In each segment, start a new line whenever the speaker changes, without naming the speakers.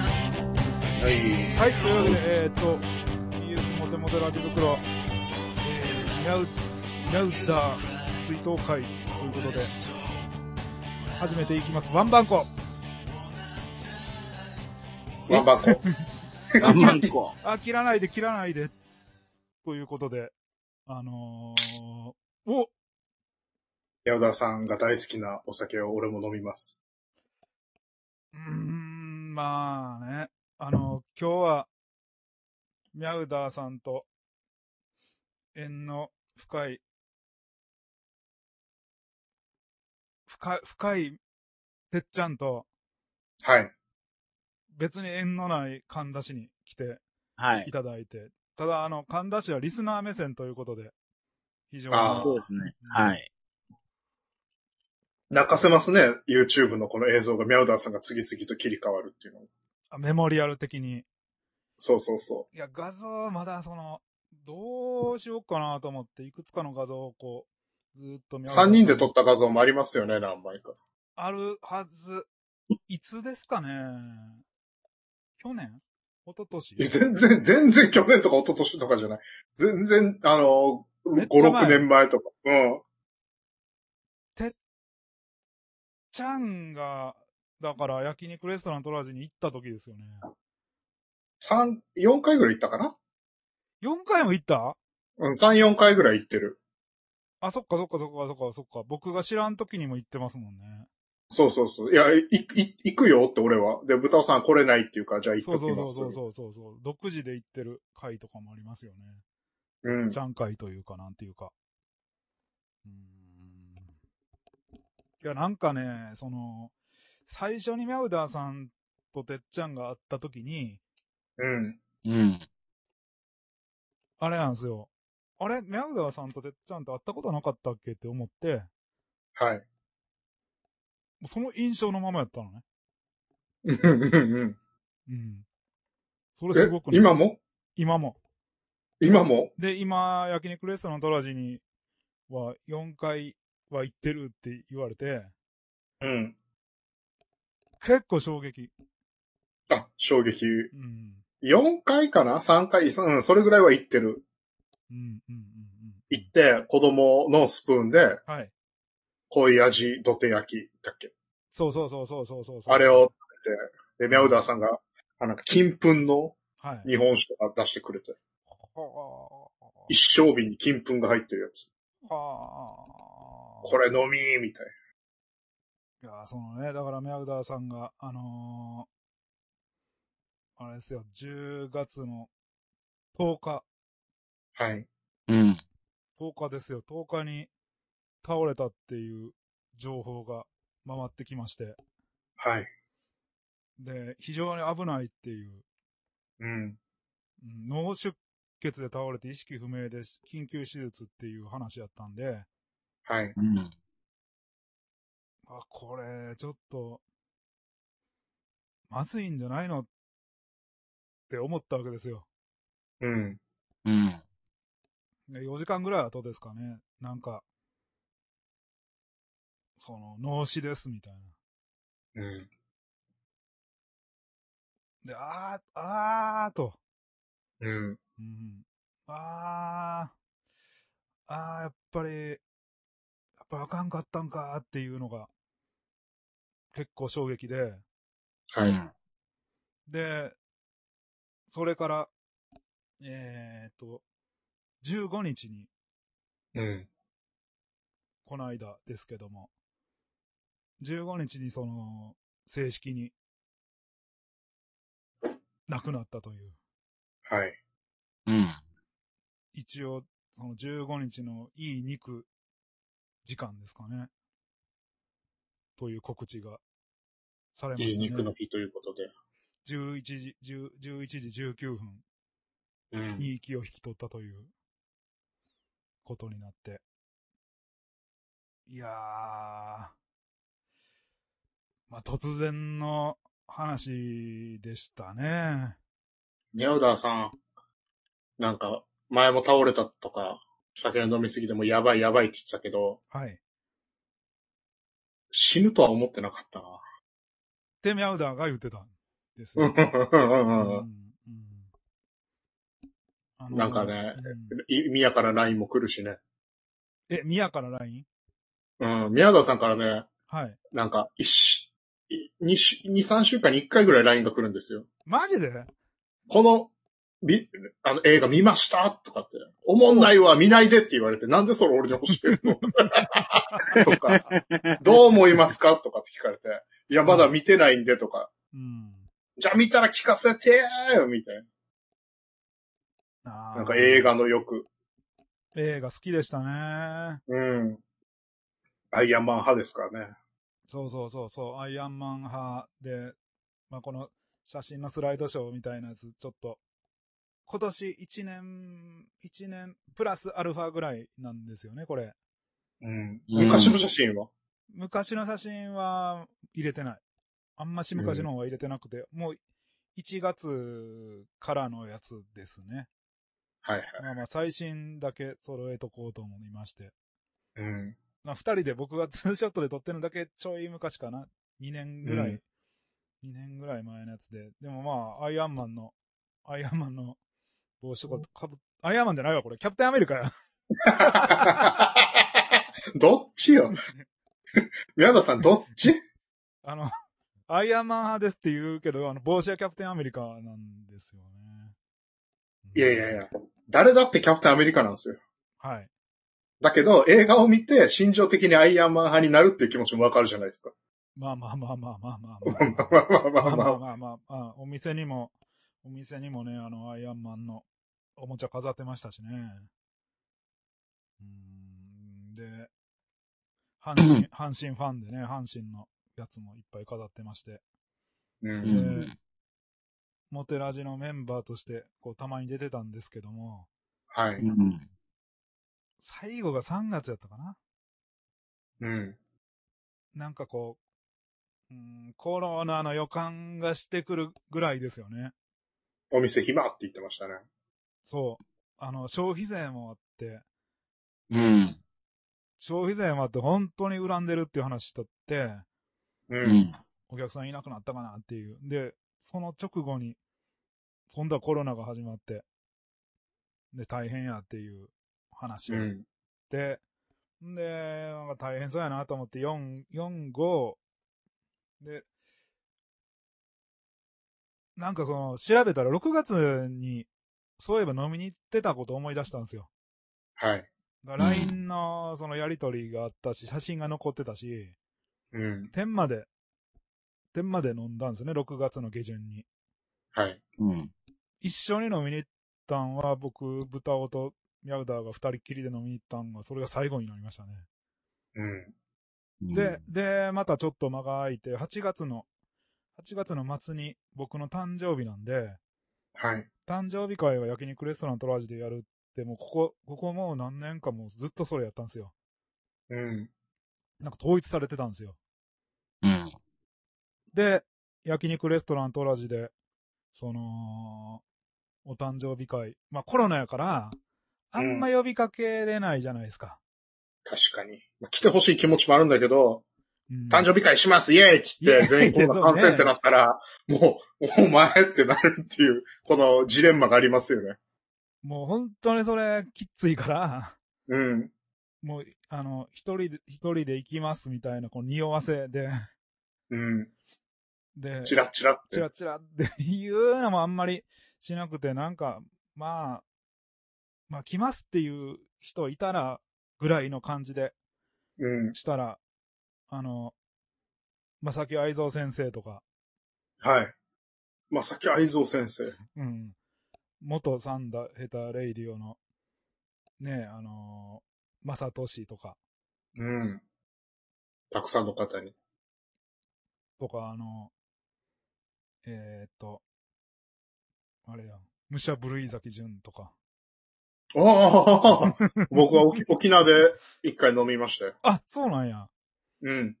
はい。
はい、というわけで、えーっと、BS モテモテラジ袋、えー、ニャウス、ニャウダー追悼会ということで、始めていきます。ワンバンコ。
ワンバン コ。
ワンマンコ。
あ、切らないで、切らないで。ということで、あのー、お
矢田さんが大好きなお酒を俺も飲みます。
うーん、まあね。あの、今日は、ミャウダーさんと、縁の深い、深い、深い、てっちゃんと、
はい。
別に縁のない神田氏に来て
はい
い。ただいて、ただ、あの、神田氏はリスナー目線ということで、非常に、
あー
そうですね。はい。
泣かせますね。YouTube のこの映像がミャウダーさんが次々と切り替わるっていうの。
メモリアル的に、
そうそうそ
いや、画像、まだその、どうしようかなと思って、いくつかの画像をこう、ずーっと見
う。3人で撮った画像もありますよね、何枚か。
あるはず。いつですかね去年一昨年
いや全然、全然去年とか一昨年とかじゃない。全然、あの、
めっ
5、
ちゃ前
6年前とか。うん。
ちゃんが、だから焼肉レストラントラジに行った時ですよね。
3、4回ぐらい行ったかな
4回も行った
うん、3、4回ぐらい行ってる。
あ、そっかそっかそっかそっかそっか。僕が知らん時にも行ってますもんね。
そうそうそう。いや、い、い、行くよって俺は。で、豚尾さん来れないっていうか、じゃあ行っ
そう
とき
そう
ます。
そうそうそうそう。独自で行ってる回とかもありますよね。
うん
ち。ゃん会というか、なんていうか。うーん。いや、なんかね、その、最初にミャウダーさんとてっちゃんが会った時に、
うん。
うん。
あれなんですよ。あれミャウダーさんとてっちゃんと会ったことなかったっけって思って、
はい。
その印象のままやったのね。
うんうんうん
うん。そ
うん
れすごく、
え
ね、
今も
今も。
今も
で、今、焼肉レストラントラジには4回は行ってるって言われて、
うん。
結構衝撃。
あ、衝撃。
うん。
4回かな ?3 回、うん、それぐらいは行ってる。
うん、うん、うん、うん。
行って、子供のスプーンで、
はい。
濃い味、土手焼き、だっけ
そうそうそうそうそうそうそう。
あれを。食べて、で、ミャウダーさんが、あなんか、金粉の
はい。
日本酒とか出してくれて、
は
一升瓶に金粉が入ってるやつ。
あ。はあ。
これ飲みーみたい
いやー、そのね、だからミャウダーさんが、あのー、あれですよ、10月の10日、
な。はい。
うん。
10日ですよ、10日に倒れたっていう情報が回ってきまして、
はい。
で、非常に危ないっていう、
うん。
うん脳出血で倒れて意識不明で緊急手術っていう話やったんで、
はい。
うん。
あ、これ、ちょっと、まずいんじゃないのって思ったわけですよ。
うん。
うん。
ね4時間ぐらい後ですかね。なんか、その、脳死ですみたいな。
うん。
で、あー、あーと。
うん。
うん。あー、あー、やっぱり、やっぱあかんかったんかーっていうのが、結構衝撃で。
はい。
で、それから、えーっと、15日に、
うん。
この間ですけども、15日にその、正式に、亡くなったという。
はい。
うん。
一応、その15日のいい肉時間ですかね。という告知がされました、ね。
いい肉の日ということで。
11時、10 11時19分
うん。
に息を引き取ったということになって。いやー、まあ、突然の話でしたね。
ミャウダーさん、なんか、前も倒れたとか、酒飲みすぎてもやばいやばいって言ってたけど、
はい。
死ぬとは思ってなかったな。
テミャウダーが言ってたんです
う
よ
ん。うんう
うん
うん
んあの
なんかね
うん
い宮から LINE も来るしね。
え、宮から LINE?
うん、宮田さんからね、
はい。
なんか、一し、い二し、二、三週間に一回ぐらい LINE が来るんですよ。
マジで
この、び、あの、映画見ましたとかって、おもんないわ、見ないでって言われて、なんでそれ俺に教えるのとか、どう思いますかとかって聞かれて、いや、まだ見てないんでとか、
うん。
じゃあ見たら聞かせてよみたい
な
な。なんか映。画の欲。
映画好きでしたね。
うん。アイアンマン派ですからね。
そうそうそうそう、アイアンマン派で、まあ、この写真のスライドショーみたいなやつ、ちょっと、今年1年、1年、プラスアルファぐらいなんですよね、これ。
うん。
うん
昔の写真は、
昔の写真は入れてない。あんまし昔の方は入れてなくて、もう1月からのやつですね。
はいはい。
まあまあ最新だけ揃えとこうと思いまして。
うん。
まあ二人で僕がツーショットで撮ってるのだけちょい昔かな。2年ぐらい、
うん
2年ぐらい前のやつで。でもまあ、アイアンマンの、アイアンマンの帽子とかかぶ、アイアンマンじゃないわ、これ。キャプテンアメリカや。
どっちよ 宮田さん、どっち
あの、アイアンマン派ですって言うけど、あの、帽子はキャプテンアメリカなんですよね。
いやいやい。や。誰だってキャプテンアメリカなんですよ。
はい。
だけど、映画を見て、心情的にアイアンマン派になるっていう気持ちもわかるじゃないですか。
まあまあまあまあまあまあ
ま
まあ
あ。まあま
まあま
あま
あ
あ。
まあまあ、あお店にも、お店にもね、あの、アイアンマンのおもちゃ飾ってましたしね。うーん、で、阪神、阪 神ファンでね、阪神のやつもいっぱい飾ってまして、
う。
うんん。
モテラジのメンバーとして、こう、たまに出てたんですけども、
は
う
い。
ん。
最後が3月やったかな
うん。
なんかこう、うーん、コロナの予感がしてくるぐらいですよね。
お店暇って言ってましたね。
そう。あの、消費税もあって、
うん。
消費税もあって本当に恨んでるっていう話しとって、
う。
うんん。
お客さんいなくなったかなっていう。で、その直後に、今度はコロナが始まって、で、大変やっていう話
う
を言っ
ん。
て、んで、なんか大変そうやなと思って、4、4、5、で、なんかその、調べたら6月に、そういえば飲みに行ってたことを思い出したんですよ。
はい。
だから LINE のそのやりとりがあったし、写真が残ってたし、
うん。
天まで、天まで飲んだんですね、6月の下旬に。
はい。
うん。
一緒に飲みに行ったんは、僕、豚尾とミャウダーが二人っきりで飲みに行ったんが、それが最後になりましたね。
うん。
で、で、またちょっと間が空いて、8月の、8月の末に僕の誕生日なんで、
はい。
誕生日会は焼肉レストラントラージでやるって、もうここ、ここもう何年かもうずっとそれやったんですよ。
うん。
なんか統一されてたんですよ。
うん。
で、焼肉レストランとラジで、その、お誕生日会。まあコロナやから、あんま呼びかけれないじゃないですか。
確かに。まあ来てほしい気持ちもあるんだけど、
うん
誕生日会しますイエーイって言
イエー
って、全
イ
員コロナ感染ってなったら、もう、お前ってなるっていう、このジレンマがありますよね。
もう本当にそれ、きっついから、
うん。
もう、あの、一人で、一人で行きますみたいな、この匂わせで、
うん。
で、
チラッチラっ
チ
て。
ラチラって いうのもあんまりしなくて、なんか、まあ、まあ来ますっていう人いたら、ぐらいの感じで
うん。
したら、あの、まさき愛蔵先生とか、
はい。まさき愛蔵先生。
うん、元サンダヘタレイディオの、ねえ、あのー、まさとしとか、
うん。たくさんの方に。
とか、あの、えー、っと、あれやん、武者ブルイザキジュンとか。
ああ 僕は沖沖縄で一回飲みましたよ。
あ、そうなんや。
うん。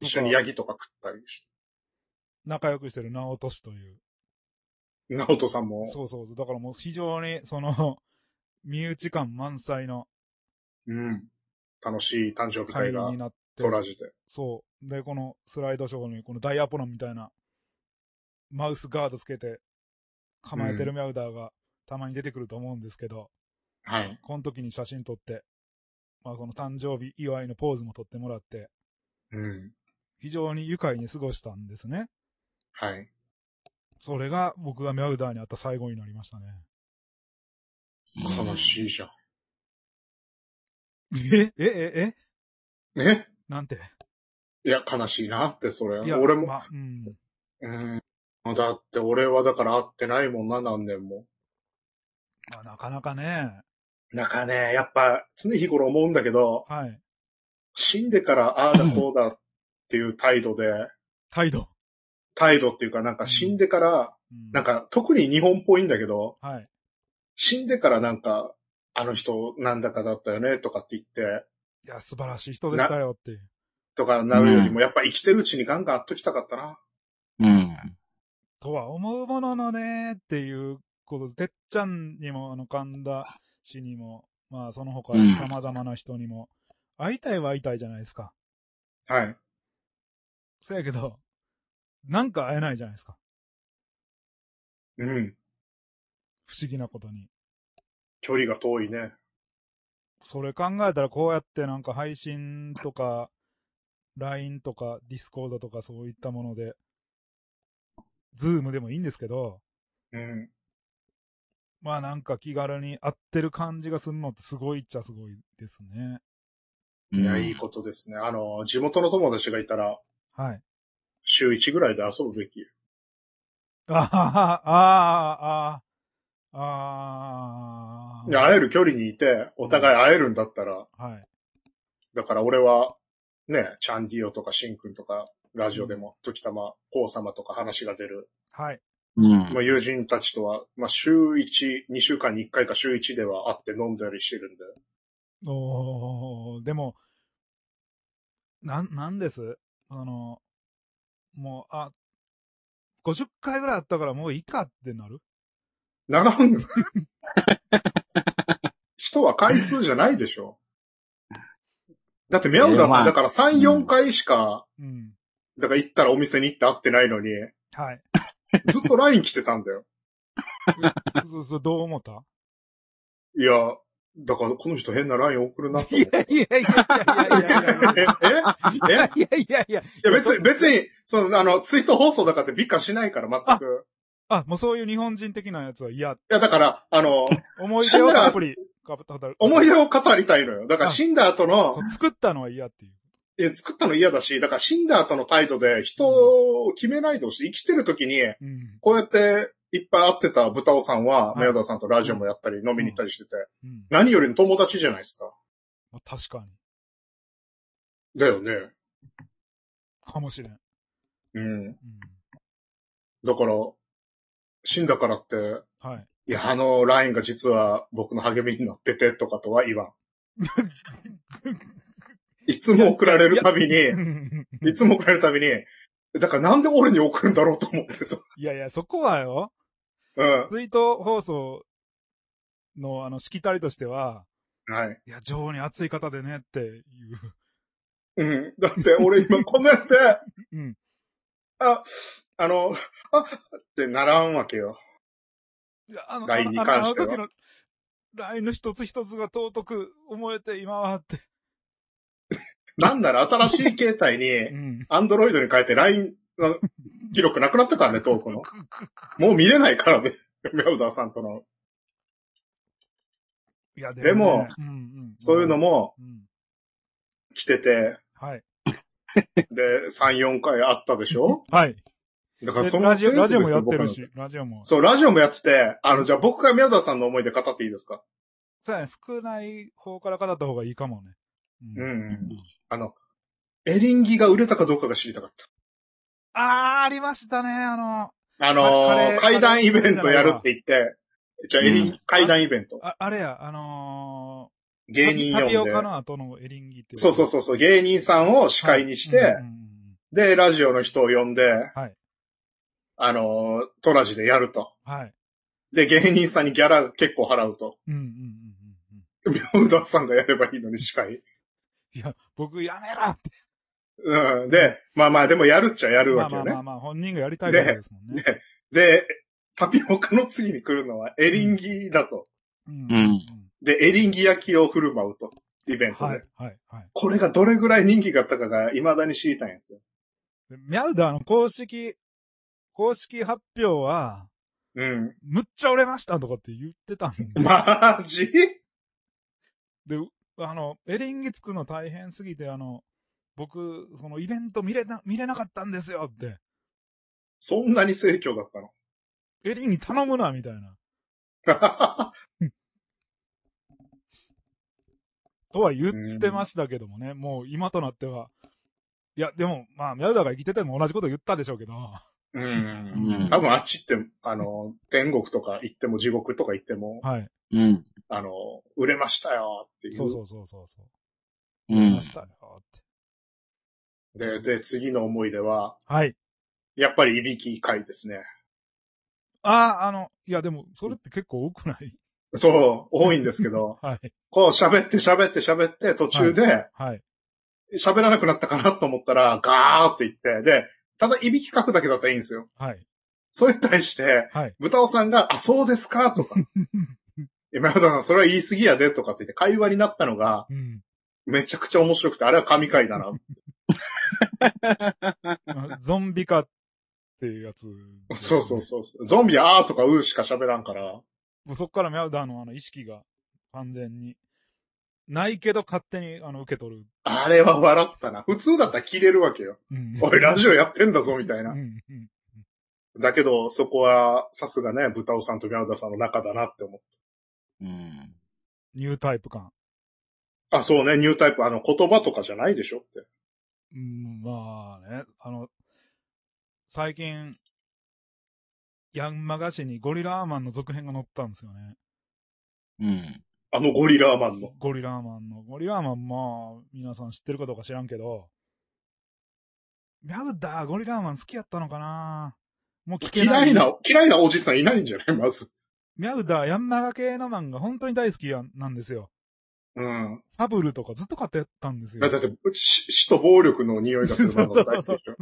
一緒にヤギとか食ったりし
仲良くしてる直俊という。
て。直人さんも。
そうそうそう。だからもう非常に、その、身内感満載の
うん。楽しい誕生日
会
会が
に、なって
トラジで。
そう。で、このスライドショーに、このダイアポロンみたいな、マウスガードつけて構えてるミャウダーがたまに出てくると思うんですけど、
はい。
この時に写真撮って、まあこの誕生日祝いのポーズも撮ってもらって、
うん。
非常に愉快に過ごしたんですね。
はい。
それが僕がミャウダーに会った最後になりましたね。
悲しいじゃん。
ええええ
ね
なんて。
いや、悲しいなって、それ。
いや、
俺も、
まあうん。
うん。だって、俺はだから会ってないもんな、何年も。
まあなかなかね。
なんかね、やっぱ、常日頃思うんだけど、
はい。
死んでから、ああだこうだっていう態度で、
態度。
態度っていうか、なんか死んでから、
うん
なんか、特に日本っぽいんだけど、
はい。
死んでからなんか、あの人なんだかだったよねとかって言って、
いや、素晴らしい人でしたよっていう。
とかなるよりも、やっぱ生きてるうちにガンガンあっときたかったな。
とは思うもののね、っていうことです。てっちゃんにも、あの、神田氏にも、まあ、その他
うん、
様々な人にも、会いたいは会いたいじゃないですか。
はい。
そやけど、なんか会えないじゃないですか。
うん。
不思議なことに。
距離が遠いね。
それ考えたら、こうやってなんか配信とか、LINE とか、Discord とかそういったもので、Zoom でもいいんですけど、
うん。
まあなんか気軽に会ってる感じがするのってすごいっちゃすごいですね。
いや、いいことですね。あの、地元の友達がいたら、
はい。
週1ぐらいで遊ぶべき。
あはは、ああ、ああ、
で、会える距離にいて、お互い会えるんだったら、
はい。
だから俺は、ね、チャンディオとかシンくんとか、ラジオでも、時たま、コウ様とか話が出る。
はい。
まあ、友人たちとは、まあ、週1、2週間に1回か週1では会って飲んだりしてるんで。
おーでも、なん、なんですあの、もう、あ、50回ぐらいあったからもういいかってなる
ならん。 人は回数じゃないでしょ。だって、ミャ
い
ウダー
やま
さ
あ
ん、だから3、4回しか、
うん。
だから行ったらお店に行って会ってないのに、
はい。
ずっと LINE 来てたんだよ。
そ、そ、どう思った
いや、だからこの人変な LINE 送るなと
い
思っ
や
て。
いやいやいやいやいやいや。
ええ え
いやいやいや。
いや別に、別に、その、あの、ツイート放送だからって美化しないから、全く。
あ、もうそういう日本人的なやつは嫌。
いや、だから、あの、
思い出をたっぷり、かぶった
思い出を語りたいのよ。だから
あ
死んだ後の
そう、作ったのは嫌っていう。
え作ったの嫌だし、だから死んだ後の態度で人を決めないでほしい。生きてる時に、
うん。
こうやっていっぱい会ってた豚尾さんは、
い
宮田さんとラジオもやったり、飲みに行ったりしてて、
うん。
何よりの友達じゃないですか。
まあ、確かに。
だよね。
かもしれん。
うん。
うん。
だから、死んだからって、
はい。
いや、あのラインが実は僕の励みになっててとかとは言わん。 いつも送られるたびに、いつも送られるたびに、だからなんで俺に送るんだろうと思ってた。
いやいや、そこはよ、
う
ツイート放送のあの、しきたりとしては、
ん。はい。
いや、女王に熱い方でねっていう。
うん。だって俺今こんなやって、
うん。
あ、あの、あってならんわけよ。
いや、あの、
LINE
あの
に関しては
あのあの時の、LINE の一つ一つが尊く思えて今はって。
なんなら新しい携帯
う
に、
ん。
アンドロイドに変えて LINE の記録なくなったからね、トークの。もう見れないからね。ミャウダーさんとの。
いや、で
でも
ねうんうん、
そういうの
も。
も
うん。
来てて、
はい。
で、3、4回あったでしょ
はい。
だからそ
で
の
ラジオ、
程
ラジ
度
オ
で
も
す
やってる。
僕
し、ラジオも
の。そう、ラジオもやってて、あの、じゃあ僕がミャウダーさんの思い出語っていいですか
そうやね、少ない方から語った方がいいかもね。
うん。あの、エリンギが売れたかどうかが知りたかった。
あー、ありましたね、あの、
あの
カレ
ー、
ー
階段イベントやるって言って、じゃあエリンギ、
うん
階段イベント。
ああれや、あのー、
芸人
タ
呼ん
ピ
で
タピオ。カの後のエリンギって。
そうそうそうそう、芸人さんを司会にして、
はいうんうんうん
で、ラジオの人を呼んで、
はい
あのー、トラジでやると。
はい。
で、芸人さんにギャラ結構払うと。
うんうんうんうんうん。
ミャウダーさんがやればいいのに司会。
いや、僕やめろって。
うん。で、まあまあ、でもやるっちゃやる
ま
わ
あ
け
まあ
よ
ま
ね
あ。まあ、本人がやりたいことですもんね。
で、タピオカの次に来るのはエリンギだと。
うん
うん
で、エリンギ焼きを振る舞うと。イベント
は
で。
い、はい、はい。
これがどれぐらい人気があったかが未だに知りたいんですよ。
でミャウダーの公式、公式発表は、
うん。
むっちゃ売れましたとかって言ってたんで。
マジ
で、うあの、エリンギ作るの大変すぎて、あの、僕、そのイベント見れな、見れなかったんですよって、
そんなに盛況だったの。
エリンギ頼むな、みたいな。 とは言ってましたけどもね、もう今となっては。いや、でも、まあ、ミャウダーが生きてても同じこと言ったでしょうけど。は
う。
うんん
多分あっちって、あの、天国とか行っても地獄とか行っても、
い。
うん。
あの、売れましたよっていう。
そうそうそうそうそ
う
う。言い
ん
まし。たよって。
で、で、次の思い出は、
はい。
やっぱりいびき会ですね。
ああ、あの、いや、でも、それって結構多くない、
そう、多いんですけど
はい。
こう喋って喋って喋って途中で
はい。
喋らなくなったかなと思ったらガーって言って、で、ただいびきかくだけだったらいいんですよ。
はい。
それに対して、
はい。
豚尾さんが、あ、そうです かとか。今田さん、それは言い過ぎやで、とかって言って会話になったのが、
うん。
めちゃくちゃ面白くて、あれは神 回だな。
あゾンビ化っていうやつ、
そうそうそう。ゾンビあーとかうーしか喋らんから。
もうそっからミャウダーのあの意識が完全に、ないけど勝手にあの受け取る。
あれは笑ったな。普通だったら切れるわけよ。
うん
おい、ラジオやってんだぞ、みたいな
う。んうん
だけど、そこは、さすがね、豚尾さんとミャウダさんの仲だなって思っ
うん。
ニュータイプ感。
た。あ、そうね、ニュータイプ、あの、言葉とかじゃないでしょって。
うん、まあね、あの、最近、ヤンマガ誌にゴリラーマンの続編が載ったんですよね。
うん。
あのゴリラーマンの。
ゴリラーマンの。ゴリラーマン、まあ、皆さん知ってるかどうか知らんけど、ミャウダー、ゴリラーマン好きやったのかなもう聞けな
嫌
い。
いな、嫌いなおじさんいないんじゃない まず。
ミャウダー、ヤンマガ系の漫画、本当に大好きやんなんですよ。
うん。
ファブルとかずっと買ってたんですよ
だ。って、し死と暴力の匂いがする漫画大好き
そうそう
でしょ。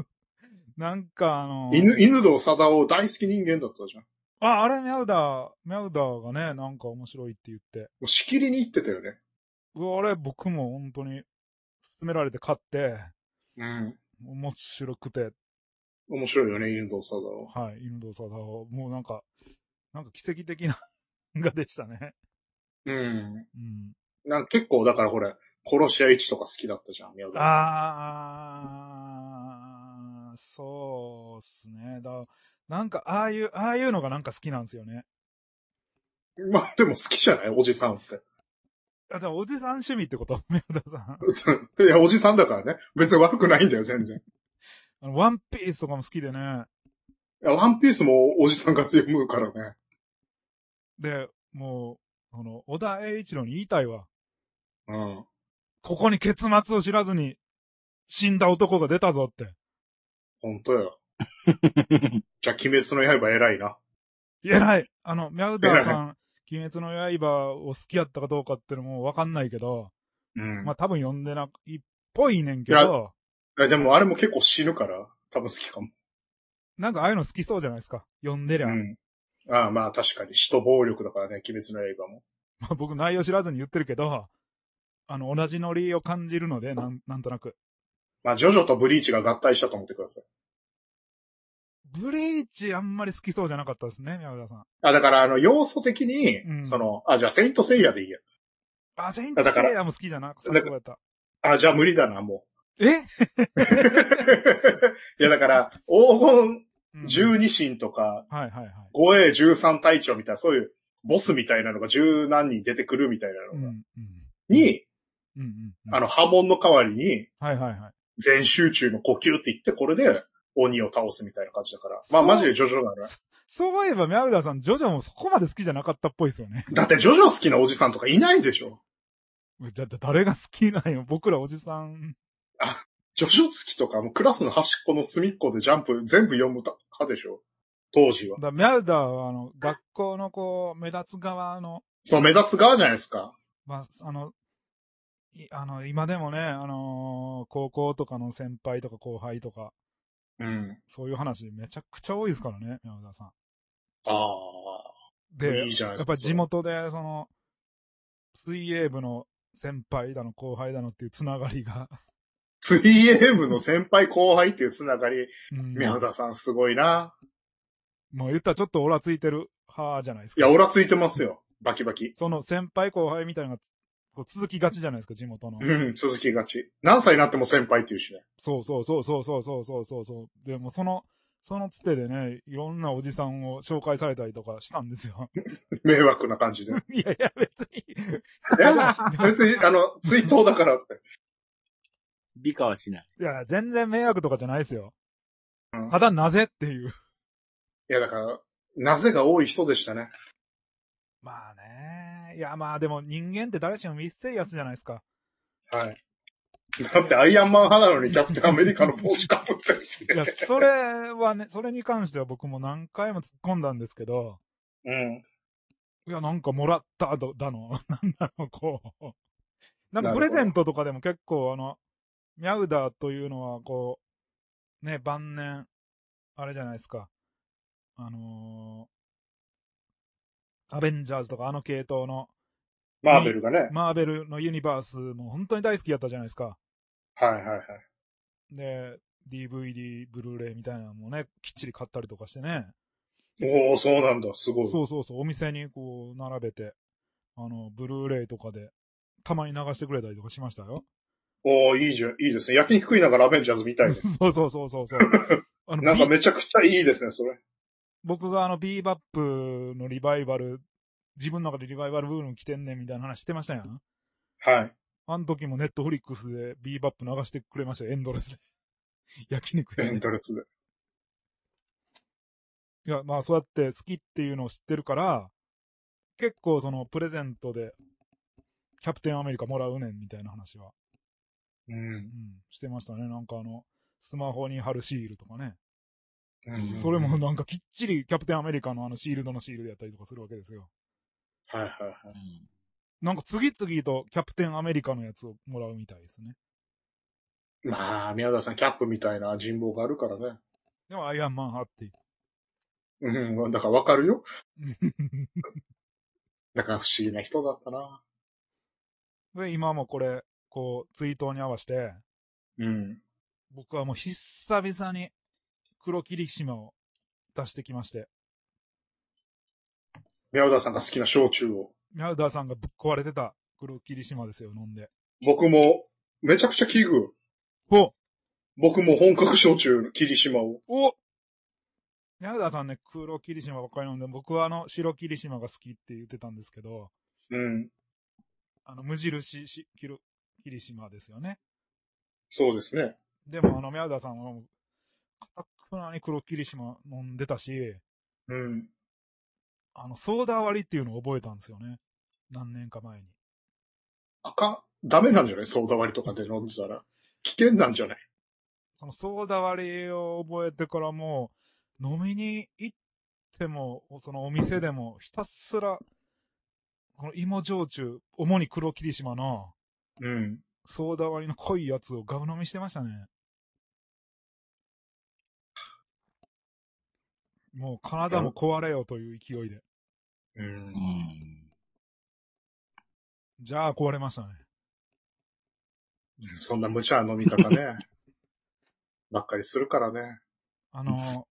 なんかあの、
犬、犬堂貞夫大好き人間だったじゃん。も
あ、あれミャウダー、ミャウダーがね、なんか面白いって言って。
うしきりに言ってたよね。
うわあれ僕も本当に勧められて買って、
うん。
面白くて、
面白いよね、犬堂貞夫。
はい、犬堂貞夫。もうなんか、なんか奇跡的な 漫画でしたね。
うん。
うん。
なんか結構、だからこれ、殺し屋一とか好きだったじゃん、宮崎さ
あー、そうっすね。だなんか、ああいう、ああいうのがなんか好きなんですよね。
ん。まあ、でも好きじゃないおじさんって。
あ、でもおじさん趣味ってこと ミャウダーさん。
いや、おじさんだからね。別に悪くないんだよ、全然。
あのワンピースとかも好きでね。
いや、ワンピースもおじさんが読むからね。
で、もう、あの、小田栄一郎に言いたいわ。
うん。
ここに結末を知らずに、死んだ男が出たぞって。
ほんとよ。じゃあ、鬼滅の刃偉いな。
偉いあの、ミャウダーさん、鬼滅の刃を好きやったかどうかってのもわかんないけど、
うん。
まあ多分読んでないっぽいねんけど、
いやでもあれも結構死ぬから、多分好きかも。
なんかああいうの好きそうじゃないですか。読んでりゃ。
うん。ああ、まあ確かに、死と暴力だからね、鬼滅の刃も。
まあ 僕内容知らずに言ってるけど、あの、同じノリを感じるので、なん、なんとなく。
まあ、ジョジョとブリーチが合体したと思ってください。
ブリーチあんまり好きそうじゃなかったですね、ミャウダーさん。
あ、だから、あの、要素的に、
うん
その、あ、じゃあ、セイントセイヤでいいや。
あ、セイントセイヤも好きじゃなさそうやった。
あ、じゃあ無理だな、も
え
う。いや、だから、黄金十二神とか、
はいはいはい。
護衛十三隊長みたいな、そういう、ボスみたいなのが十何人出てくるみたいな
うんう
のが、
ん。
に、
うんうんうん。
あの、波紋の代わりに、
はいはいはい。
全集中の呼吸って言って、これで、鬼を倒すみたいな感じだから。まあ、
そう
マジでジョジョだね。
そういえば、ミャウダーさん、ジョジョもそこまで好きじゃなかったっぽいですよね。
だって、ジョジョ好きなおじさんとかいないでしょ。
じゃ、じゃ、誰が好きなんよ。僕らおじさん。
ジョジョ好きとか、もうクラスの端っこの隅っこでジャンプ全部読む派でしょ。当時は。
だミャウダーは、あの、学校のこう、目立つ側の、
そう、目立つ側じゃないですか。
まあ、あの、いあの、今でもね、あのー高校とかの先輩とか後輩とか、
うん。
そういう話めちゃくちゃ多いですからね、宮沢さん。
あ
で、
いいじゃないです
やっ
か
ぱ地元で、その、水泳部の先輩だの後輩だのっていうつながりが、
ー。3M の先輩後輩っていうつながり、
うん
宮田さんすごいな。
もう言ったらちょっとオラついてる派じゃないです
い
か。
や、オラついてますよ。バキバキ。
その先輩後輩みたいなのがこう続きがちじゃないですか、地元の。
うん、続きがち。何歳になっても先輩っていうしね。
そうそうそうそうそうそうそうそうそう。でもその、そのつてでね、いろんなおじさんを紹介されたりとかしたんですよ。
迷惑な感じで。い
いやいや、別に。
や、別に、あの、追悼だからって。
美化はしない。
いや、全然迷惑とかじゃないですよ。
うん
ただなぜっていう。
いや、だから、なぜが多い人でしたね。
まあね。いや、まあでも人間って誰しもミステリアスじゃないですか。
はい。だって、アイアンマン派なのにキャプテンアメリカの帽子かぶってるし、
いや、それはね、それに関しては僕も何回も突っ込んだんですけど、
うん。
いや、なんかもらった だだの、なんだの、こう。なんか
なるほど
プレゼントとかでも結構、あの、ミャウダーというのは、こう、ね、晩年、あれじゃないですか。あのーアベンジャーズとかあの系統の、
マーベルがね。
マーベルのユニバースも本当に大好きやったじゃないですか。
はいはいはい。
で、DVD、ブルーレイみたいなのもね、きっちり買ったりとかしてね。
おおそうなんだ。すごい。
そうそうそう、お店にこう、並べて、あの、ブルーレイとかで、たまに流してくれたりとかしましたよ。
おおいいじゃん。いいですね。焼肉食いながらアベンジャーズ見たいです。
そうそうそうそう そう。あの
なんか
ビ
めちゃくちゃいいですね、それ。
僕があの、ビーバップのリバイバル、自分の中でリバイバルブーム来てんねんみたいな話してましたやん。
はい。
あの時もネットフリックスでビーバップ流してくれましたよ、エンドレスで。 焼肉
エ
屋
ン
で。
トレスで。
いや、まあそうやって好きっていうのを知ってるから、結構そのプレゼントで、キャプテンアメリカもらうねんみたいな話は、
うん
う。ん、してましたね。なんかあの、スマホに貼るシールとかね。
うん
それも。なんかきっちりキャプテンアメリカのあのシールドのシールでやったりとかするわけですよ。
はいはいはい。
うん
なんか次々とキャプテンアメリカのやつをもらうみたいですね。
まあ、宮田さん、キャップみたいな人望があるからね。
でもアイアンマン派っていう。
うん、だからわかるよ。だから不思議な人だったな。
で、今もこれ、こう、追悼に合わせて、
うん。
僕はもう久々に黒霧島を出してきまして、
宮田さんが好きな焼酎を。
ミャウダーさんがぶっ壊れてた黒霧島ですよ、飲んで。
僕も、めちゃくちゃ危惧。
お
僕も本格焼酎の霧島を。
おミャウダーさんね、黒霧島ばっかり飲んで、僕はあの、白霧島が好きって言ってたんですけど、
うん。
あの、無印し、黒霧島ですよね。
そうですね。
でもあの、ミャウダーさんはもう、かたくなに黒霧島飲んでたし、
うん。
あの、ソーダ割りっていうのを覚えたんですよね。何年か前に。
あかん、ダメなんじゃないソーダ割りとかで飲んでたら。危険なんじゃない
そのソーダ割りを覚えてからもう、飲みに行っても、そのお店でも、ひたすら、この芋焼酎、主に黒霧島の、
うん。
ソーダ割りの濃いやつをガブ飲みしてましたね。もう体も壊れよという勢いで。
う。
うんん。
じゃあ壊れましたね。
そんな無茶な飲み方 ね。ばっかりするからね。
あの、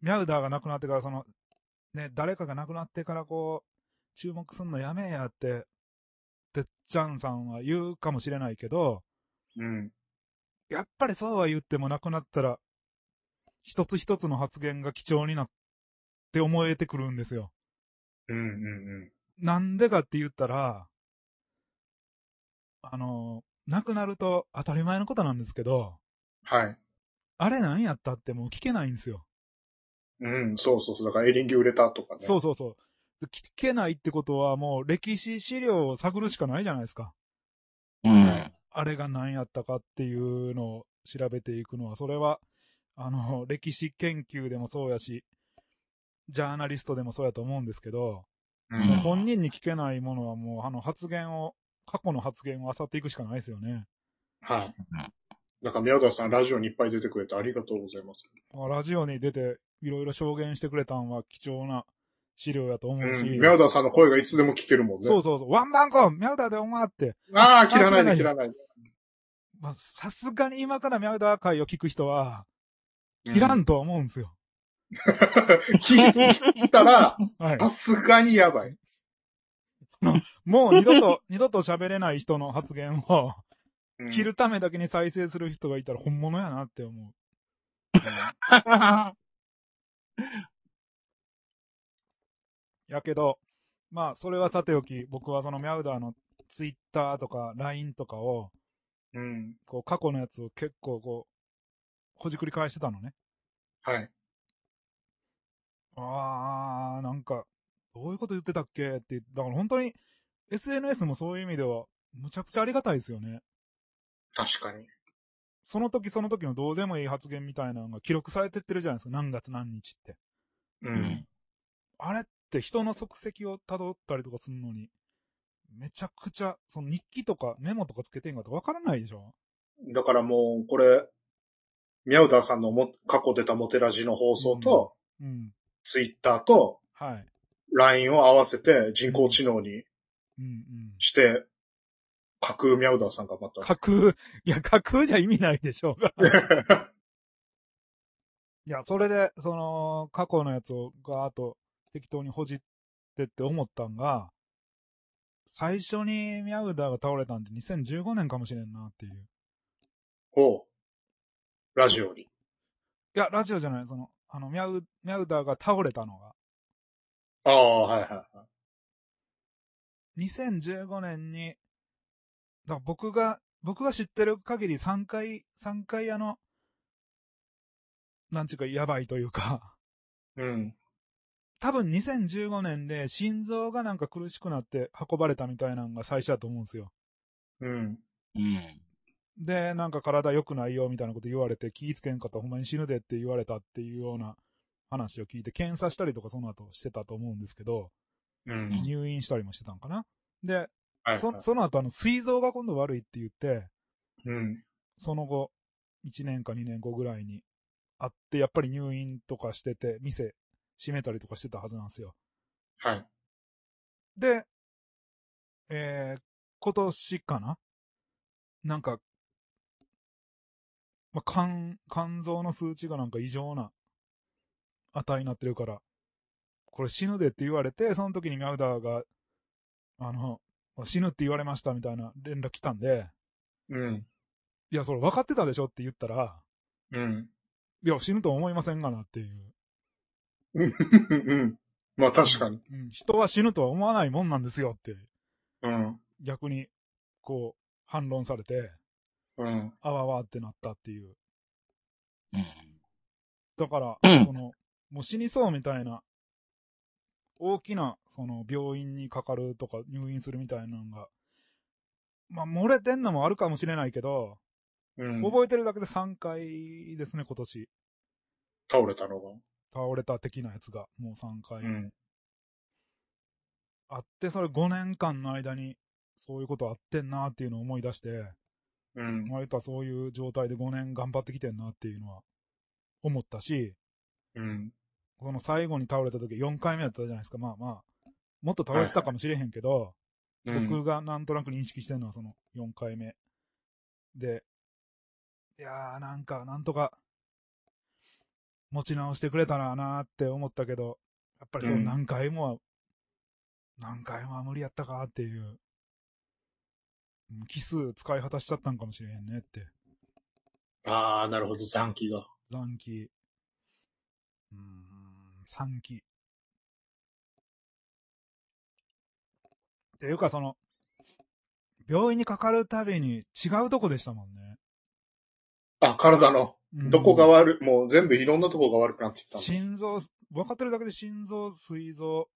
ミャウダーが亡くなってから、その、ね、誰かが亡くなってからこう、注目すんのやめえやって、てっちゃんさんは言うかもしれないけど、
うん。
やっぱりそうは言っても亡くなったら、一つ一つの発言が貴重になって思えてくるんですよ。
うんうん
なんでかって言ったら、あの、亡くなると当たり前のことなんですけど、
うん。はい。
あれなんやったってもう聞けないんですよ。
うん、そうそうそう。だからエリンギ売れたとかね。
そうそうそう。で聞けないってことはもう歴史資料を探るしかないじゃないですか。
うん。
あれが何やったかっていうのを調べていくのは、それは、あの、歴史研究でもそうやし、ジャーナリストでもそうやと思うんですけど、
う
うん
ん。
本人に聞けないものはもうあの発言を過去の発言を漁っていくしかないですよね。
はい
うん。
だから宮田さん、ラジオにいっぱい出てくれてありがとうございます。
まあラジオに出ていろいろ証言してくれたんは貴重な資料やと思うし。
うん。宮田さんの声がいつでも聞けるもんね。
そうそうそう。ワンバンコミャウダーでお前って。
ああ、切らない
あ
で、
切
切
ら
らないで。
まあ、さすがに今からミャウダー会を聞く人は、
う
いら。んとは思うんですよ。
聞いたら、
はい。
さすがにやばい。
もう二度 と、二度と喋れない人の発言を、
うん
切るためだけに再生する人がいたら本物やなって思う。やけど、まあ、それはさておき、僕はそのミャウダーのツイッターとか LINE とかを、
うん。
こう、過去のやつを結構こう、ほじくり返してたのね。
はい。
あー、なんか、どういうこと言ってたっけって、だから本当に、SNS もそういう意味では、むちゃくちゃありがたいですよね。
確かに。
その時その時のどうでもいい発言みたいなのが記録されてってるじゃないですか。何月何日って。
う。
うんん。
あれって人の足跡を辿ったりとかするのに、めちゃくちゃ、その日記とかメモとかつけてんかとわからないでしょ
だからもう、これ、ミャウダーさんのも過去出たモテラジの放送と、
うん。
ツイッターと、
はい。
LINE を合わせて人工知能に
うんうん。
して、架空ミャウダーさんがまた。
架空、いや、架空じゃ意味ないでしょうが。 いや、それで、その、過去のやつをガーッと適当にほじってって思ったんが、最初にミャウダーが倒れたんで2015年かもしれんなっていう。
を、ラジオに。
いや、ラジオじゃない、その、あの、ミャウ、ミャウダーが倒れたのが、
ああ、はいは
2015年に、だから僕が、僕が知ってる限り3回、3回あの、なんちゅうか、やばいというか、
い。うん。
多分2015年で心臓がなんか苦しくなって運ばれたみたいなのが最初だと思うんですよ。
うん。
うん。
で、なんか体良くないよみたいなこと言われて、気ぃつけんかったらほんまに死ぬでって言われたっていうような話を聞いて、検査したりとかその後してたと思うんですけど、
うん。
入院したりもしてたんかな。で、
はい、
そ
はい。
その後あの、膵臓が今度悪いって言って、
うん。
その後、1年か2年後ぐらいに会って、やっぱり入院とかしてて、店閉めたりとかしてたはずなんですよ。
はい。
で、えー、今年かななんか、まあ、肝、肝臓の数値がなんか異常な値になってるから、これ死ぬでって言われて、その時にミャウダーが、あの、死ぬって言われましたみたいな連絡来たんで、
うん。
いや、それ分かってたでしょって言ったら、
うん。
いや、死ぬとは思いませんがなっていう。
うん。 まあ確かに。
うん、人は死ぬとは思わないもんなんですよって、
うん。
逆に、こう、反論されて、
うん。
あわわってなったっていう。
うん。
だから、
うん
その、もう死にそうみたいな、大きな、その、病院にかかるとか入院するみたいなのが、まあ、漏れてんのもあるかもしれないけど、
うん。
覚えてるだけで3回ですね、今年。
倒れたのが。
倒れた的なやつが、もう3回。
うん。
あって、それ5年間の間に、そういうことあってんなっていうのを思い出して、
うん。
割とそういう状態で5年頑張ってきてんなっていうのは思ったし、
うん。
この最後に倒れた時4回目だったじゃないですか。まあまあ、もっと倒れてたかもしれへんけど、
うん
僕がなんとなく認識してるのはその4回目。で、いやーなんか、なんとか、持ち直してくれたらなーって思ったけど、やっぱりその
うん
何回もは、何回もは無理やったかーっていう、うん奇数使い果たしちゃったんかもしれへんねって、
ああ、なるほど、残機が。
残機。うーん、3期。っていうかその、病院にかかるたびに違うとこでしたもんね。
あ、体の、
うん
どこが悪い、もう全部いろんなとこが悪くなってきたんだ
心臓、分かってるだけで心臓、膵臓、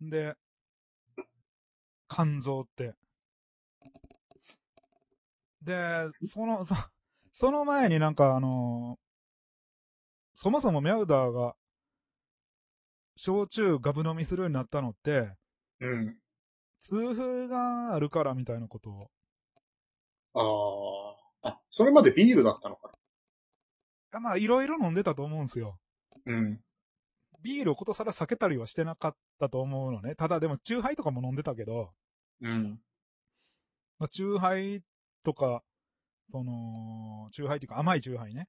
で、肝臓って。で、その、そその前になんかあのそもそもミャウダーが、焼酎ガブ飲みするようになったのって、
うん。
痛風があるからみたいなことを。
ああ。あ、それまでビールだったのか
まあ、いろいろ飲んでたと思うんですよ。
な。うん。
ビールをことさら避けたりはしてなかったと思うのね。ただでも、チューハイとかも飲んでたけど、
うん。
まあ、チューハイとか、その、チューハイっていうか甘いチューハイね。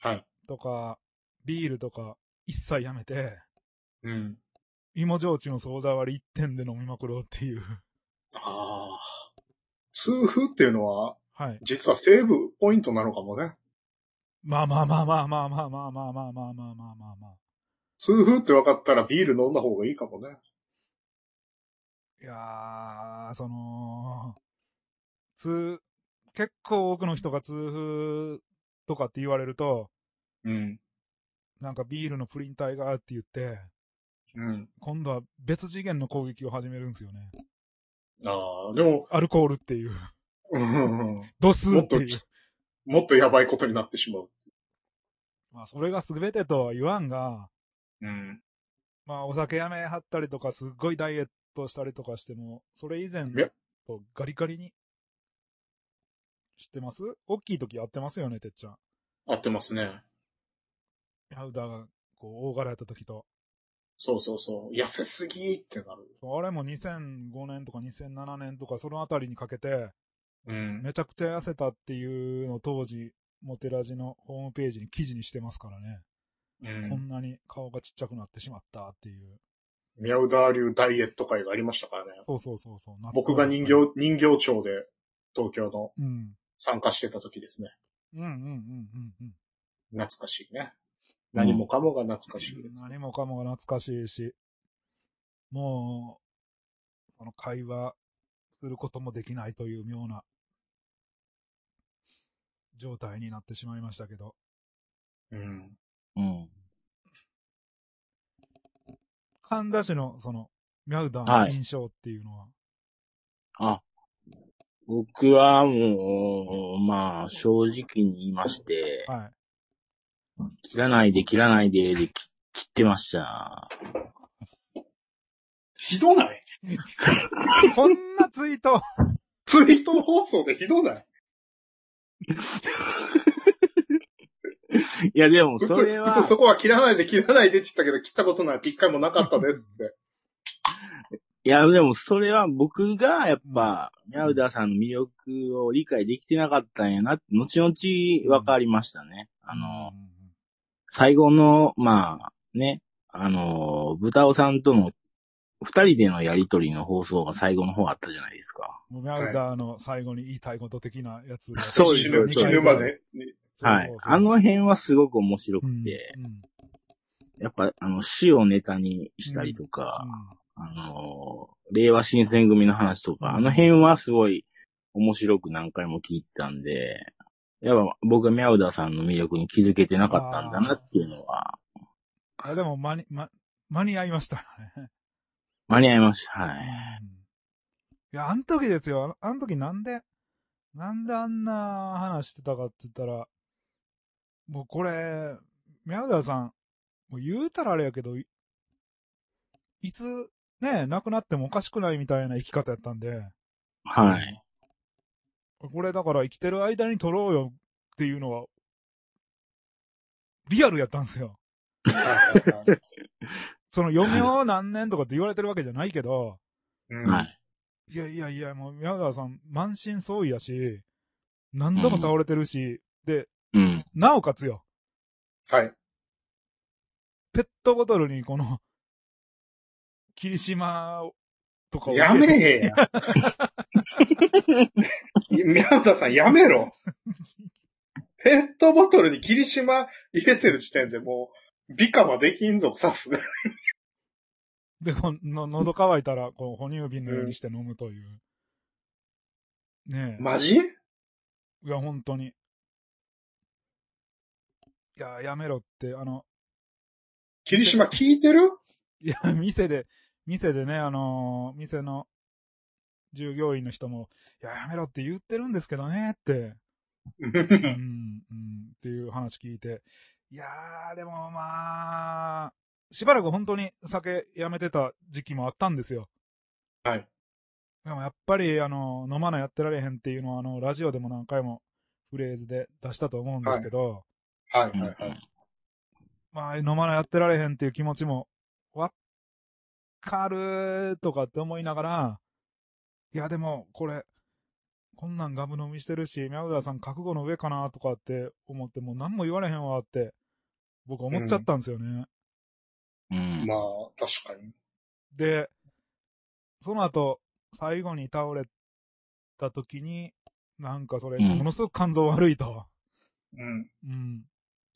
はい。
とか、ビールとか、一切やめて、
うん。
芋焼酎のソーダ割り1点で飲みまくろうっていう。
ああ。痛風っていうのは、
はい。
実はセーブポイントなのかもね。
まあまあまあまあまあまあまあまあまあまあまあまあまあまあ。
痛風って分かったらビール飲んだ方がいいかもね。
いやー、その、痛、結構多くの人が痛風とかって言われると、
うん。
なんかビールのプリン体がって言って、
うん。
今度は別次元の攻撃を始めるんですよね。
ああ、でも、
アルコールっていう、
うんうんうん
度数
もっ
って
と
いう
き。、もっとやばいことになってしまう。
まあ、それが全てとは言わんが、
うん。
まあ、お酒やめはったりとか、すっごいダイエットしたりとかしても、それ以前
いや
とガリガリに。知ってます大きい時やってますよね、てっちゃん。
合ってますね。
ヤウダーが、こう、大柄やった時と。
そうそうそう。痩せすぎってなる。
あれも2005年とか2007年とか、そのあたりにかけて、
うん。
めちゃくちゃ痩せたっていうのを当時、モテラジのホームページに記事にしてますからね。
う
こ
ん。
んなに顔がちっちゃくなってしまったっていう。
ミャウダー流ダイエット会がありましたからね。
そうそうそうそう。なった
僕が人形、人形町で東京の
うん。
参加してた時ですね。
うんうんうんうんうん。
懐かしいね。何もかもが懐かしいです。
何もかもが懐かしいし、もう、その会話することもできないという妙な状態になってしまいましたけど、
うん。
うん。
神田氏のその、ミャウダー
は
の
い
印象っていうのは、
あ、僕はもう、まあ、正直に言いまして、
はい。
切らないで切らないででき切ってました。
ひどない
こんなツイ ート、
ツイート放送でひどない
いや、でも、
普
それ
通、
は
普、通そこは切らないで切らないでって言ったけど、切ったことなんて一回もなかったですって。
いや、でも、それは僕が、やっぱ、ミャウダーさんの魅力を理解できてなかったんやなって、後々分かりましたね。あの、最後の、まあ、ね、あの、豚尾さんとの、二人でのやりとりの放送が最後の方あったじゃないですか。
もうミャウダーの最後に言いたいこと的なやつが。
そうです
死
そう
ぬ、
です
死ぬまでに。
はい
そうそう。そう
あの辺はすごく面白
うんう
く
ん
て、やっぱ、あの、死をネタにしたりとか、あの、令和新選組の話と
うん
か、あの辺はすごい面白く何回も聞いてたんで、やっぱ僕はミャウダーさんの魅力に気づけてなかったんだなっていうのは、
うんあでも間に、ま、間に合いましたね。
間に合いました。はい。
うんいや、あの時ですよ。あのあの時なんで、なんであんな話してたかって言ったら、もうこれ、宮田さん、もう言うたらあれやけど、いいつ、ね、亡くなってもおかしくないみたいな生き方やったんで、
はい。
これだから生きてる間に撮ろうよっていうのは、リアルやったんですよ。
はいはいはい
その余命何年とかって言われてるわけじゃないけど、
うん
はい。
いやいやいや、もう宮川さん、満身創痍やし、何度も倒れてるし、で、
うん。
なおかつよ、
はい。
ペットボトルにこの、霧島とかを
やめ えや。宮田さんやめろ。ペットボトルに霧島入れてる時点でもう、美化はできんぞ、さすが。
で、この、喉乾いたら、こう、哺乳瓶のようにして飲むという。ねえ。
マジ
いや、本当に。いや、やめろって、あの、
霧島聞いてる
いや、店で、店でね、あのー店の従業員の人も、いや、やめろって言ってるんですけどね、って、うん、うん、っていう話聞いて、いやー、でもまあ、しばらく本当に酒やめてた時期もあったんですよ。
はい。
でもやっぱり、あの、飲まないやってられへんっていうのは、あの、ラジオでも何回もフレーズで出したと思うんですけど、
はいはいはい。
まあ、飲まないやってられへんっていう気持ちも、わかるとかって思いながら、いやでも、これ、こんなんガブ飲みしてるし、ミャウダーさん覚悟の上かなとかって思って、もう何も言われへんわって、僕思っちゃったんですよね。
うん。
まあ、確かに。
で、その後、最後に倒れた時に、なんかそれ、
うん
ものすごく肝臓悪いと。
うん。
うん。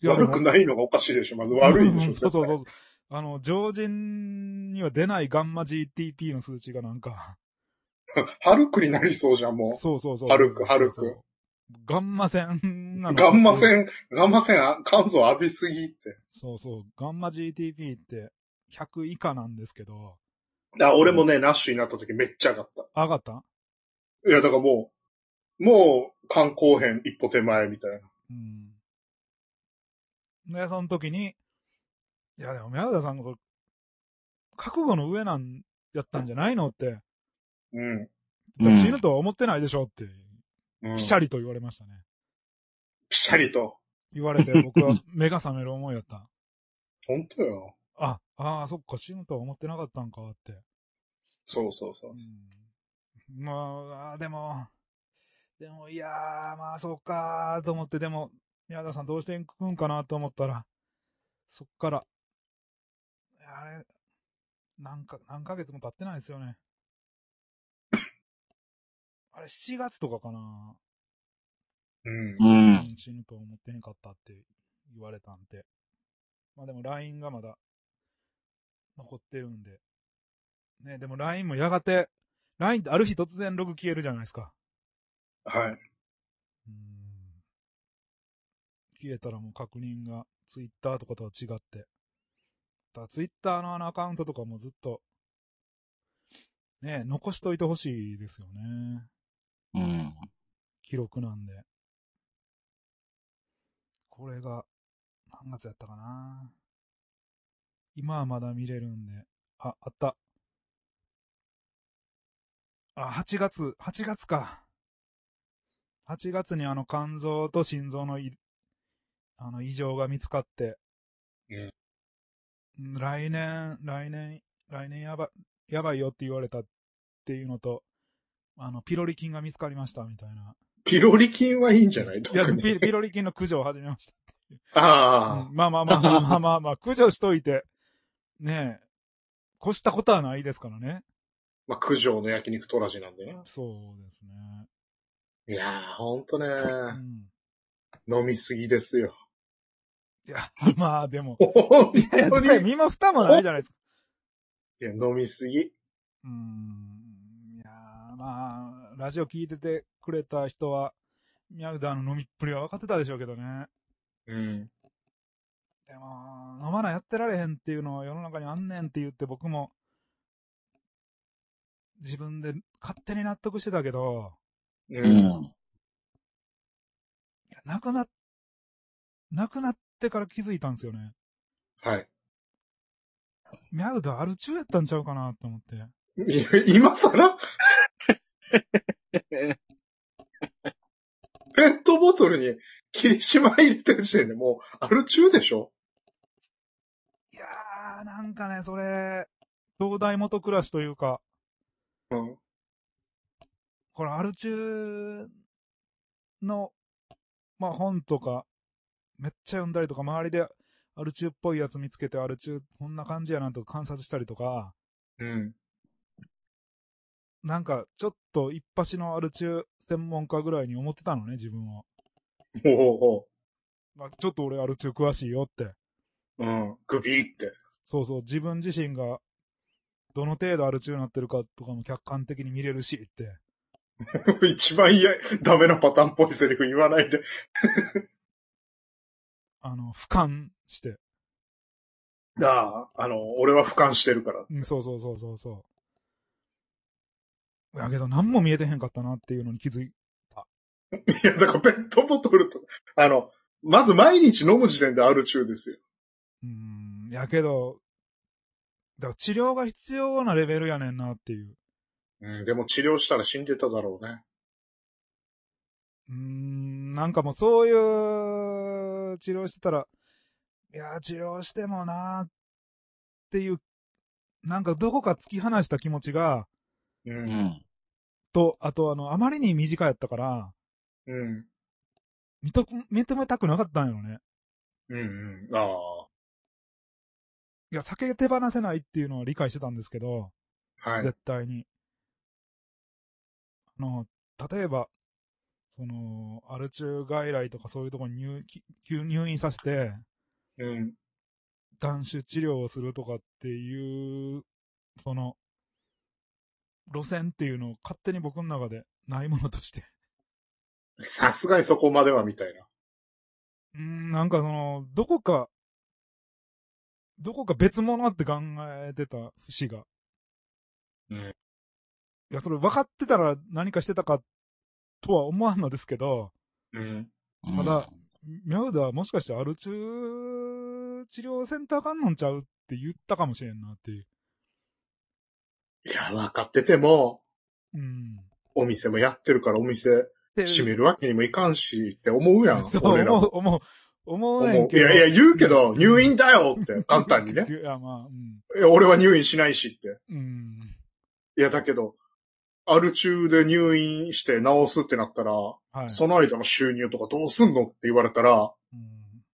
悪く
い
ないのがおかしいでしょ。まず
やでも
悪いでし
うんそ
ょ。
うそう そう。あの、常人には出ないガンマ GTP の数値がなんか、
絶対ハルクになりそうじゃん、も
そうそうそう。
ハルクハルク
そうそう。ガンマ線な
う。
の
ガンマ
うん
線、ガンマ線、あ肝臓浴びすぎって。
そうそう。ガンマ GTP って100以下なんですけど、
あ、俺もね、ナッシュになった時めっちゃ上がった。
上がった
いや、だからもう、もう、肝硬変一歩手前みたいな。
うん。で、その時に、いやでも宮田さんが、覚悟の上なん、やったんじゃないのって、
うん。
だから死
う
ぬとは思ってないでしょって、
うん、
ピシャ
リ。
リと言われましたね。
ピシャリと。
言われて僕は目が覚める思いやった。
本当よ。
あ、ああ、そっか、死ぬとは思ってなかったんかって。
そうそうそう
う。ん、まああー、でも、でも、いやー、まあ、そうかーと思って、でも、宮田さんどうしていくんかなと思ったら、そっから、いやあれ、なんか、何ヶ月も経ってないですよね。あれ、7月とかかな、
うん
う。。
うんん、死ぬと思ってなかったって言われたんで。まあでも LINE がまだ残ってるんで。ね、でも LINE もやがて、LINE ってある日突然ログ消えるじゃないですか。
はい。
うん。消えたらもう確認が Twitter とかとは違って。だ Twitter のあのアカウントとかもずっと、ね、残しといてほしいですよね。
うん。
記録なんで。これが、何月やったかな今はまだ見れるんで。あ、あった。あ、8月、8月か。8月にあの肝臓と心臓のいあの異常が見つかって。うん来年、来年、来年やば、やばいよって言われたっていうのと、あの、ピロリ菌が見つかりましたみたいな。
ピロリ菌はいいんじゃない
いや、
特に。
ピピロリ菌の駆除を始めました。
あ
うんまあまあまあまあまあまあ、ま あ、駆除しといて、ねえ、越したことはないですからね。
あ。まあ、九条の焼肉トラジなんでね。
そうですね。
いやー、ほんとね、
うん。
飲みすぎですよ。
いや、 まあでも、
本
いや、
当に。
身も蓋もないじゃないですか。
いや、飲みすぎ。
うーん。いやーまあ、ラジオ聞いててくれた人は、ミャウダーの飲みっぷりは分かってたでしょうけどね。
うん。
でも、飲まないやってられへんっていうのは世の中にあんねんって言って僕も、自分で勝手に納得してたけど、
う。
うんん。
いや亡くなっ、亡くなってから気づいたんですよね。
はい。
ミャウダーアル中やったんちゃうかなと思って。
いや今更ペットボトルに霧島入れてる時点でもう、アル中でしょ
いやー、なんかね、それ、東大元暮らしというか、
うん。
これアル中の、まあ本とか、めっちゃ読んだりとか、周りでアル中っぽいやつ見つけて、アル中こんな感じやなとか観察したりとか、
うん。
なんか、ちょっと一発のアル中専門家ぐらいに思ってたのね、自分を。
ほうほうほ
まあ、ちょっと俺アル中詳しいよって。
う。うん。グビーって。
そうそう、自分自身が、どの程度アル中になってるかとかも客観的に見れるしって。
一番嫌い、ダメなパターンっぽいセリフ言わないで。
あの、俯瞰して。
ああ、あの、俺は俯瞰してるから。
うん、そうそうそうそうそう。やけど何も見えてへんかったなっていうのに気づい、
いや、だからペットボトルとか、あの、まず毎日飲む時点でアル中ですよ。
うん、やけど、だから治療が必要なレベルやねんなっていう。
うん、でも治療したら死んでただろうね。
うーん、なんかもうそういう治療してたら、いやー、治療してもなーっていう、なんかどこか突き放した気持ちが、
う。
うんん。
と、あとあの、あまりに短やったから、
うん。
認め、認めたくなかったんよね。
うん、うん。ああ。
いや、酒手放せないっていうのは理解してたんですけど、
はい。
絶対に。あの、例えば、その、アル中外来とかそういうところに入き入院させて、
うん。
断酒治療をするとかっていう、その、路線っていうのを勝手に僕の中でないものとして。
さすがにそこまではみたいな。
うーん、なんかその、どこか、どこか別物って考えてた節が。
うん
いや、それ分かってたら何かしてたかとは思わんのですけど、
うん。
ただ、ミャウダーもしかしてアル中治療センターかんのんちゃうって言ったかもしれんなっていう。
いや、分かってても、
うん。
お店もやってるからお店
で
閉めるわけにもいかんしって思うや ん。
そう、
俺ら
思う
も。、
思う、思うね
思
ん
う
け
い
ど。
やいや、言うけど、入院だよって、簡単にね
結。局いや、まあ、うん。
いや俺は入院しないしって。
うん。
いや、だけど、アル中で入院して治すってなったら、
はい。
その間の収入とかどうすんのって言われたら、
うん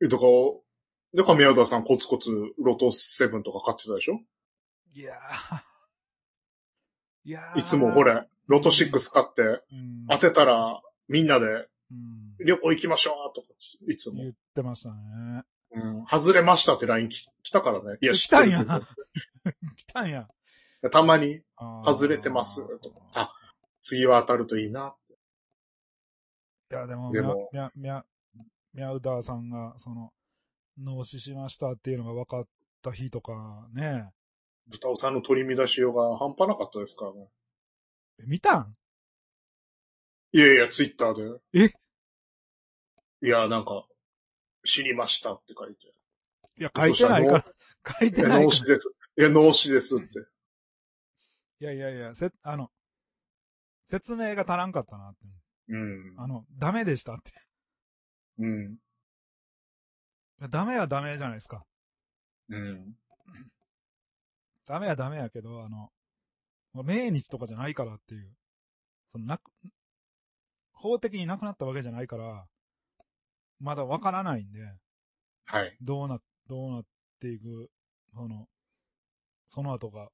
え、だから、だから宮田さんコツコツロトセブンとか買ってたでしょ
いやーいやー
いつもほれ、ロト6買って
うん、
当てたらみんなで
うん
旅行行きましょうとか、いつも
言。ってましたね。
うん、外れましたって LINE き来たからね。いや、
来たん
知ってる
や。 来たんや。
けどたまに
あー
外れてますとか。あ、次は当たるといいな。
いや、でも、ミ
で
ャ
も、
ミャ、ミャ、ミャウダーさんが、その、脳死しましたっていうのが分かった日とか、ね。
豚尾さんの取り乱しようが半端なかったですからね。
見たん
いやいや、ツイッターで。
え
いや、なんか、死にましたって書いて。
いや、書いてないから。書い
い
て
や、
ない
脳
から
死。です。いや、脳死ですって。
いやいやいや、せ、あの、説明が足らんかったなって。
うん。
あの、ダメでしたって。
うん。
ダメはダメじゃないですか。
うん。
ダメはダメやけど、あの、命日とかじゃないからっていう。その、なく、法的になくなったわけじゃないから、まだわからないんで、
はい。
どうな、どうなっていく、その、その後が、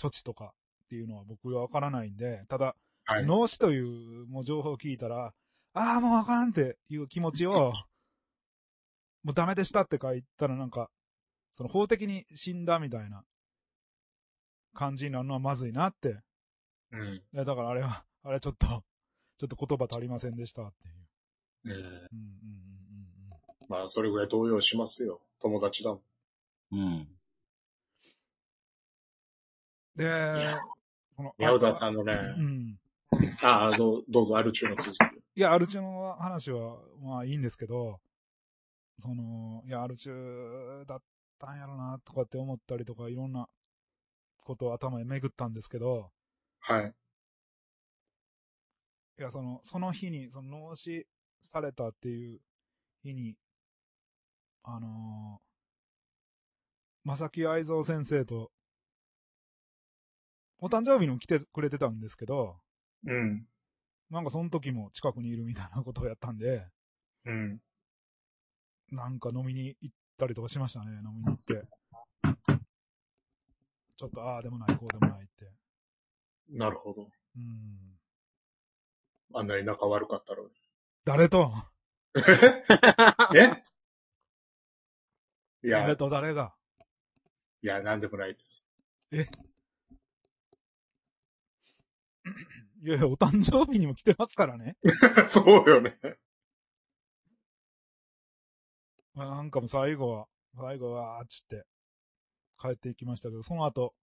処置とかっていうのは僕はわからないんで、ただ、
はい。
脳死というもう情報を聞いたら、ああ、もうあかんっていう気持ちを、 もうダメでしたって書いたらなんか、その法的に死んだみたいな感じになるのはまずいなって。
うん。
いやだからあれは、あれはちょっと、ちょっと言葉足りませんでしたっていう。
うん。
うんうんうんうんうん。
まあ、それぐらい動揺しますよ。友達だもん。
うん。
い
で
や、
この
宮田さんのね、
うん。
ああ、どうどうぞ、ある中の続き。
いや、アルチュの話は、まあいいんですけど、その、いや、アルチュだったんやろな、とかって思ったりとか、いろんなことを頭に巡ったんですけど、
はい。
いや、その、その日に、その、脳死されたっていう日に、あのー、正木愛蔵先生と、お誕生日にも来てくれてたんですけど、
うん。
なんかその時も近くにいるみたいなことをやったんで、
うん。
なんか飲みに行ったりとかしましたね、飲みに行って。ちょっと、ああでもない、こうでもないって。
なるほど。
うん。
あんなに仲悪かったのに。
誰と
えいや、
誰
い
と誰が
や、なんでもないです。
いやいや、お誕生日にも来てますからね。
そうよね。
まあなんかもう最後は、最後は、あーっちって、帰っていきましたけど、その後、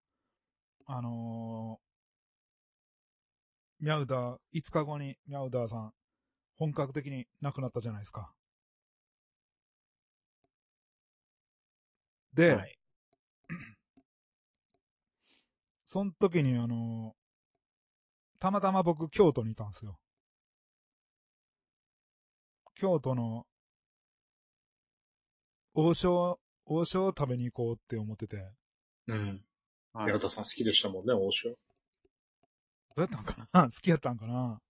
あのー、ミャウダー、5日後にミャウダーさん、本格的に亡くなったじゃないですか。で、
はい
その時にあのたまたま僕、京都にいたんですよ。京都の、王将、王将を食べに行こうって思ってて、ど
うん。
は
矢田さん好きでしたもんね、王将。
うやったんかな 好きやったんかな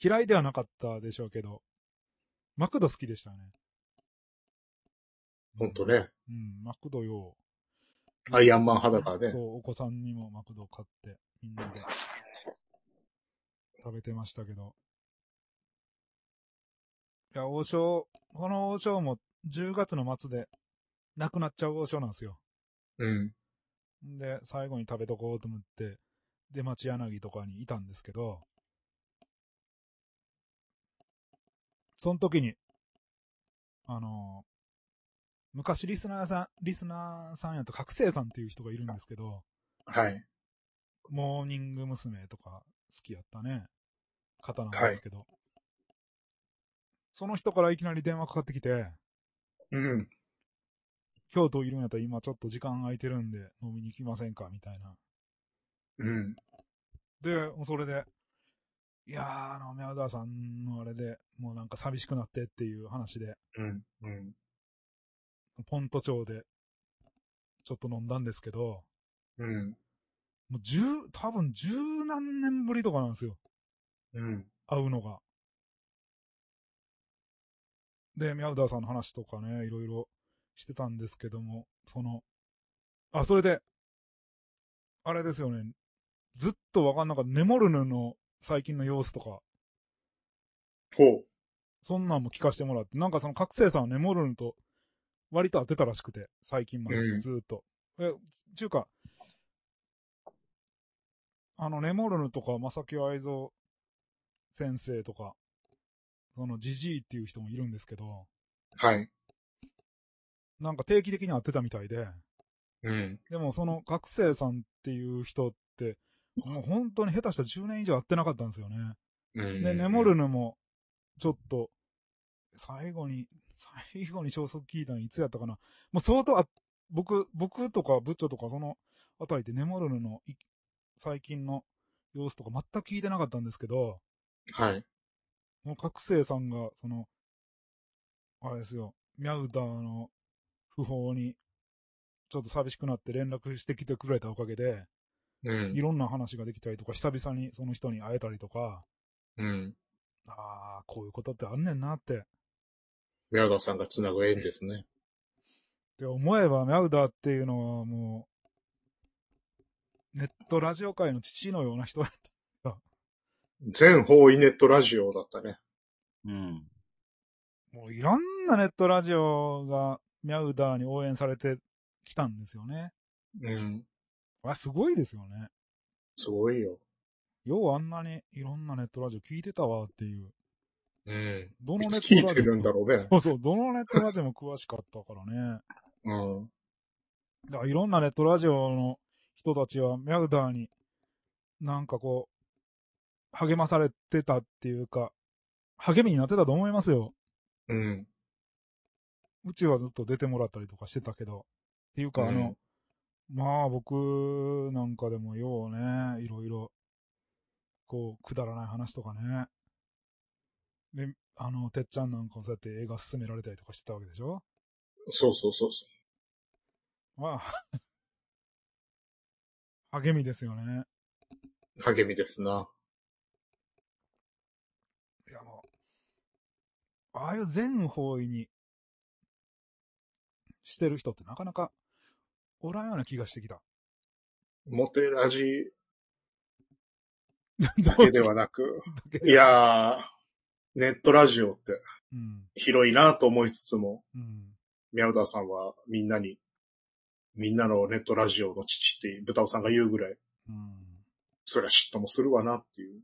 嫌いではなかったでしょうけど、マクド好きでしたね。
ほんとね。
うん、マクドよ。
アイアンマン裸ね
そ。う、お子さんにもマクド買って、みんなで食べてましたけど。いや、王将、この王将も10月の末でなくなっちゃう王将なんですよ。
うん。
で、最後に食べとこうと思って、出町柳とかにいたんですけど、その時に、あの、昔リスナーさん、リスナーさんやと覚醒さんっていう人がいるんですけど、
はい。
モーニング娘。とか好きやったね、方なんですけど、その人からいきなり電話かかってきて、
うん。
京都いるんやったら今ちょっと時間空いてるんで飲みに行きませんかみたいな。
うん。
で、もうそれで、いやー、あの、宮沢さんのあれで、もうなんか寂しくなってっていう話で、
うん。うん。
ポント町で、ちょっと飲んだんですけど、
うん。
もう十、多分十何年ぶりとかなんですよ、
うん。
会うのが。で、宮沢さんの話とかね、いろいろしてたんですけども、その、あ、それで、あれですよね、ずっとわかんなかった、ネモルヌの最近の様子とか、
ほう。
そんなんも聞かせてもらって、なんかその覚醒さんはね、モルヌと割と当てたらしくて、最近ま
う
で
ん
ずーっと。え、ちゅうか、あの、ネモルヌとか、正木愛蔵先生とか、その、ジジイっていう人もいるんですけど、
はい。
なんか定期的に会ってたみたいで、
うん。
でもその、覚醒さんっていう人って、もう本当に下手したら10年以上会ってなかったんですよね。
うん
で、ネモルヌも、ちょっと、最後に、最後に消息聞いたのいつやったかな。もう相当あ、僕、僕とか部長とかそのあたりでネモルヌのい最近の様子とか全く聞いてなかったんですけど、
はい。
もう覚醒さんが、その、あれですよ、ミャウダーの訃報に、ちょっと寂しくなって連絡してきてくれたおかげで、
うん
い。ろんな話ができたりとか、久々にその人に会えたりとか、
うん。
ああ、こういうことってあんねんなって、
宮田さんが繋ぐ縁ですね。
って思えば、ミャウダーっていうのはもう、ネットラジオ界の父のような人だった。
全方位ネットラジオだったね。
うん。
もういろんなネットラジオがミャウダーに応援されてきたんですよね。
うん。
これはすごいですよね。
すごいよ。
ようあんなにいろんなネットラジオ聞いてたわっていう。
うん。
どのネ
い
ッ
つ
トラジ
聞
オ
いてるんだろうね。
そうそう、どのネットラジオも詳しかったからね。
うん。
だからいろんなネットラジオの人たちはミャウダーになんかこう、励まされてたっていうか、励みになってたと思いますよ。
うん。
うちはずっと出てもらったりとかしてたけど。っていうか、あの、まあ僕なんかでもようね、いろいろ、こう、くだらない話とかね。で、あの、てっちゃんなんかをそうやって映画進められたりとかしてたわけでしょ
そうそうそうそ
まあ、 励みですよね。
う。励みですな。
いやもう、ああいう全方位にしてる人ってなかなかおらんような気がしてきた。
モテラジ
だ
だけ ではなく、
け
いやー、ネットラジオって
うん。
広いなと思いつつも、
うん。
宮田さんはみんなに、みんなのネットラジオの父って豚尾さんが言うぐらい、
うん。
そりゃ嫉妬もするわなっていう。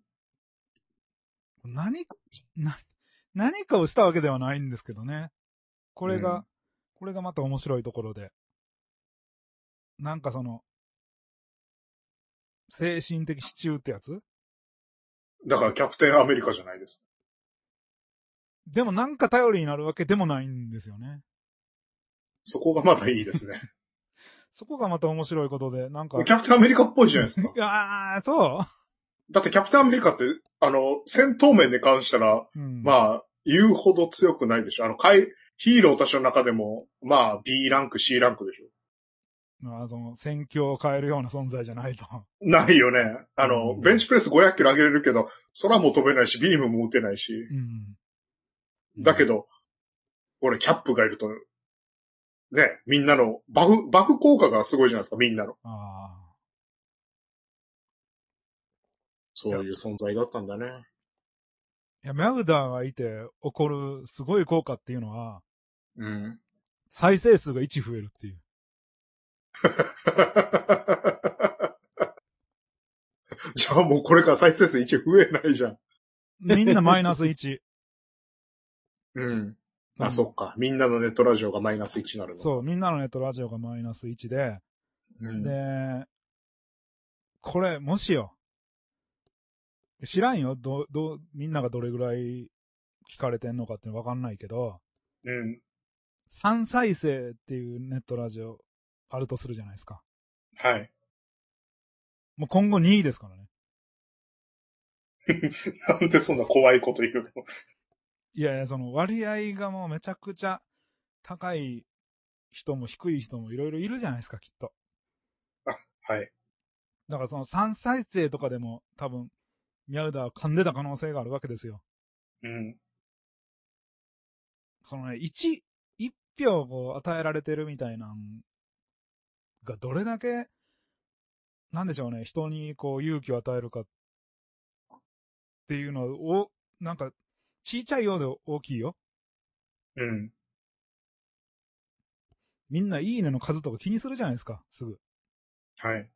何、な、何かをしたわけではないんですけどね。これが、
うん
これがまた面白いところで。なんかその、精神的支柱ってやつ
だからキャプテンアメリカじゃないです。
でもなんか頼りになるわけでもないんですよね。
そこがまたい いですね。
そこがまた面白いことで、なんか。
キャプテンアメリカっぽいじゃないですか。
ああ、そう
だってキャプテンアメリカって、あの、戦闘面に関したら、
うんあ、
まあ、言うほど強くないでしょ。あの、かいヒーローたちの中でも、まあ、B ランク、C ランクでしょ。
まあ、その、戦況を変えるような存在じゃないと。
ないよね。あの、
うん
ベンチプレス500キロ上げれるけど、空も飛べないし、ビームも打てないし。
うん。
だ けど、俺、キャップがいると、ね、みんなの、バフ、バフ効果がすごいじゃないですか、みんなの。
ああ。
そういう存在だったんだね。
いや、マウダーがいて起こるすごい効果っていうのは、
うん。
再生数が1増えるっていう。
じゃあもうこれから再生数1増えないじゃん。
みんなマイナス1。
うん。あ、
うん
そっか。みんなのネットラジオがマイナス1になるの。
そう、みんなのネットラジオがマイナス1で、
うん。
で、これ、もしよ。知らんよ。ど、ど、みんながどれぐらい聞かれてんのかっていうのわかんないけど、
うん。
3再生っていうネットラジオあるとするじゃないですか。
はい。
もう今後2位ですからね。
なんでそんな怖いこと言うの
いやいや、その割合がもうめちゃくちゃ高い人も低い人もいろいろいるじゃないですか、きっと。
はい。
だからその3再生とかでも多分、ミャウダーを噛んでた可能性があるわけですよ。
うん。
そのね、1、1票を与えられてるみたいなんがどれだけ、なんでしょうね、人にこう勇気を与えるかっていうのを、なんか、小さいようで大きいよ。
うん。
みんないいねの数とか気にするじゃないですか、すぐ。
はい。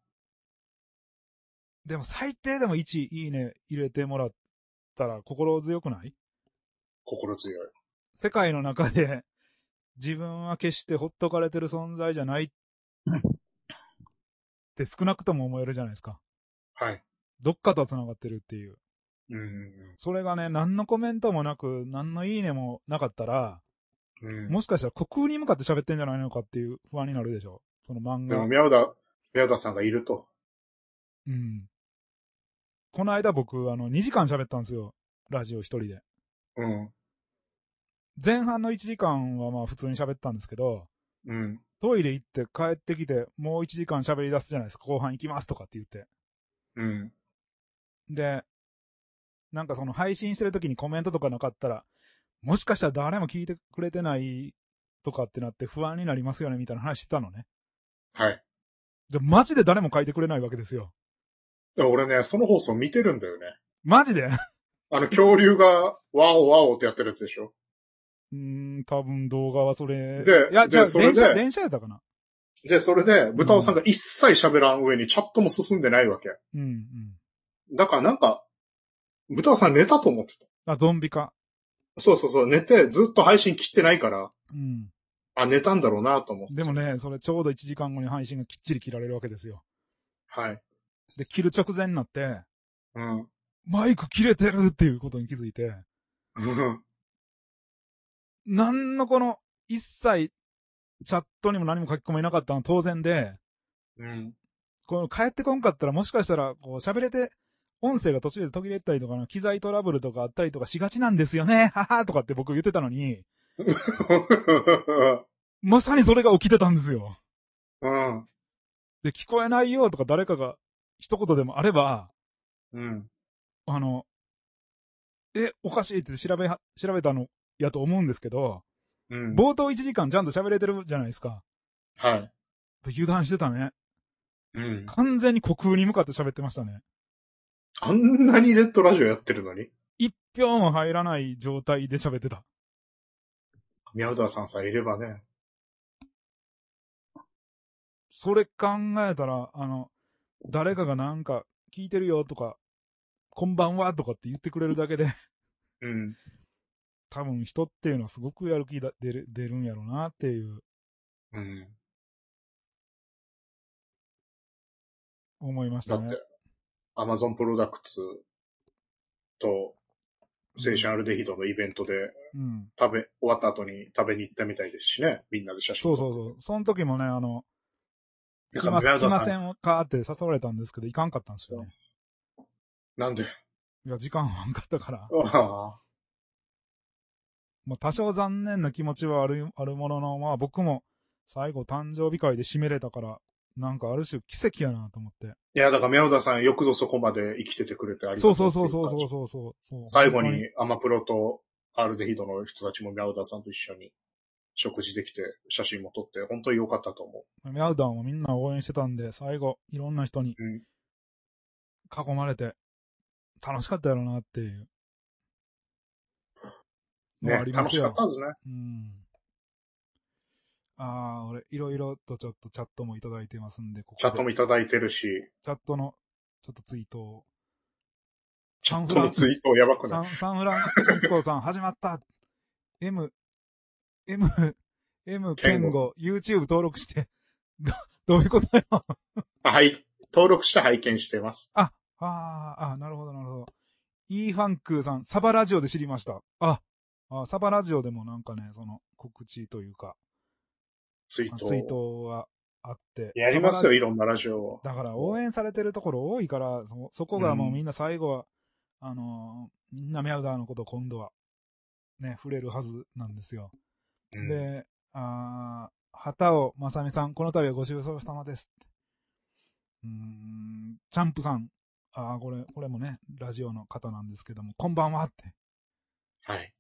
でも最低でも1いいね入れてもらったら心強くない
心強い。
世界の中で 自分は決してほっとかれてる存在じゃないって少なくとも思えるじゃないですか。
はい。
どっかとは繋がってるっていう。
うん。
それがね、何のコメントもなく、何のいいねもなかったら、
うん。
もしかしたら虚空に向かって喋ってんじゃないのかっていう不安になるでしょ。その漫
で
画
も、。宮田、宮田さんがいると。
うん。この間僕、あの、2時間喋ったんですよ。ラジオ一人で。
うん。
前半の1時間はまあ普通に喋ったんですけど、
うん。
トイレ行って帰ってきて、もう1時間喋り出すじゃないですか。後半行きますとかって言って。
うん。
で、なんかその配信してる時にコメントとかなかったら、もしかしたら誰も聞いてくれてないとかってなって不安になりますよねみたいな話してたのね。
はい。
じゃ、マジで誰も書いてくれないわけですよ。
で俺ね、その放送見てるんだよね。
マジでう
あの、恐竜が、ワオワオってやってるやつでしょ
ーん、多分動画はそれ。
で
いや、
で
じゃあ
それ
電
で
車、電車やったかな。
で、それで、豚尾さんが一切喋らん上にチャットも進んでないわけ。
うん、うん。
だからなんか、豚尾さん寝たと思ってた。
あ、ゾンビ化。
そうそうそう、寝てずっと配信切ってないから、
うん。
あ、寝たんだろうなと思って。
でもね、それちょうど1時間後に配信がきっちり切られるわけですよ。
はい。
で、切る直前になって、
うん。
マイク切れてるっていうことに気づいて、
うん
なんのこの、一切、チャットにも何も書き込めなかったのは当然で、
うん。
この帰ってこんかったらもしかしたら、こう喋れて、音声が途中で途切れたりとかな、機材トラブルとかあったりとかしがちなんですよね、ははとかって僕言ってたのに、まさにそれが起きてたんですよ。
うん。
で、聞こえないよとか誰かが一言でもあれば、
うん。
あの、え、おかしいって調べは、調べたのやと思うんですけど、
うん。
冒頭1時間ちゃんと喋れてるじゃないですか。
はい。
油断してたね。
うん。
完全に虚空に向かって喋ってましたね。
あんなにレッドラジオやってるのに、
一票も入らない状態で喋ってた。
宮田さんさえいればね。
それ考えたら、あの、誰かがなんか、聞いてるよとか、こんばんはとかって言ってくれるだけで、
うん。
多分人っていうのはすごくやる気だ出る、出るんやろうなっていう
うん。
思いまし
だ
た
っ
ね。
て、アマゾンプロダクツと、青春アルデヒドのイベントで
うん。
食べ、終わった後に食べに行ったみたいですしね。みんなで写真
そうそう
う
そう。その時もね、あの、行
だか
き
ら
ます、
宮
行
田
き
さん
ませんかって誘われたんですけど、行かんかったんですよね。
なんで
いや、時間はなかったから。
ああ。
まあ、多少残念な気持ちはある、あるものの、まあ僕も最後誕生日会で締めれたから、なんかある種奇跡やなと思って。
いや、だから宮田さんよくぞそこまで生きててくれてありがと
そううそうそうそう
ってい
そう
感じ
そうそうそう。
最後
本
にアマプロとアルデヒドの人たちも宮田さんと一緒に食事できて、写真も撮って、本当に良かったと思
当に。ミャウダーもみんな応援してたんで、最後、いろんな人に
う。うん。
囲まれて、楽しかったやろなっていう。
ね、
ありま
楽
す
しか
よ
っ。たですね。
うん。ああ、俺、いろいろとちょっとチャットもいただいてますんで、ここで
チャットもいただいてるし、
チャットの、ちょっとツイートを。
チャットのツイートやばく
サ
ない
ン、サンフランシスコさん、始まった。M、M、M、ケンゴ、YouTube 登録して。ど、どういうことよ。あ
はい。登録して拝見してます。
あ、あなるほど、なるほど。イーファンクーさん、サバラジオで知りました。あ、あサバラジオでもなんかね、その、告知というか、
ツイ
あ
ート。
ツイートがあって。
やります
サバラ
よ、
ジ
いろんなラジオを
オ。だから、応援されてるところ多いから、そそこがもうみんな最後は、あのー、みんなミャウダーのこと今度は、ね、触れるはずなんですよ。
うん
で、あー畑尾正美さん、この度はご愁傷様ですって。うーん、チャンプさん、あーこれ、これもね、ラジオの方なんですけども、こんばんはって。
はい。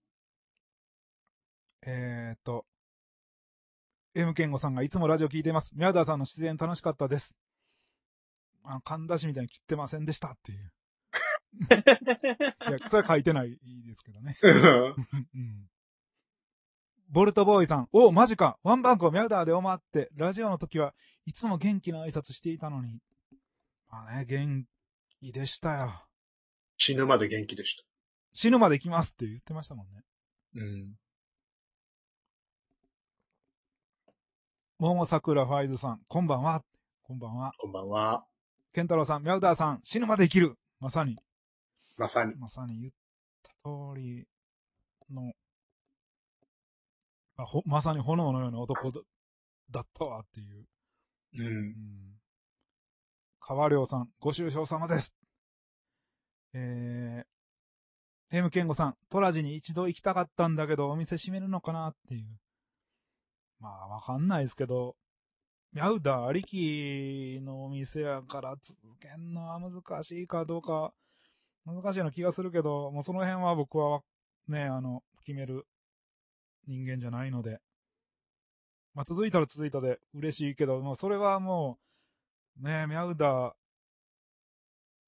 えーっと、M 健吾さんがいつもラジオ聞いています。宮田さんの出演楽しかったです。あかんだしみたいに切ってませんでしたっていう。いや、それは書いてないですけどね。うんボルトボーイさん、おマジかワンバンクをミャウダーで思わって、ラジオの時はいつも元気な挨拶していたのに。まあね、元気でしたよ。
死ぬまで元気でした。
死ぬまで来ますって言ってましたもんね。
うん。
桃桜ファイズさん、こんばんは。こんばんは。
こんばんは。
ケンタロウさん、ミャウダーさん、死ぬまで生きる。まさに、
まさに。
まさに言った通りの、あほまさに炎のような男だだったわっていう。
う。
うんん。川良さん、ご愁傷様です。えー、M 健吾さん、トラジに一度行きたかったんだけど、お店閉めるのかなっていう。まあ、わかんないですけど、ミャウダーありきのお店やから続けんのは難しいかどうか、難しいような気がするけど、もうその辺は僕はわ、ね、あの、決める人間じゃないので、まあ、続いたら続いたで嬉しいけど、もうそれはもう、ねえ、ミャウダー、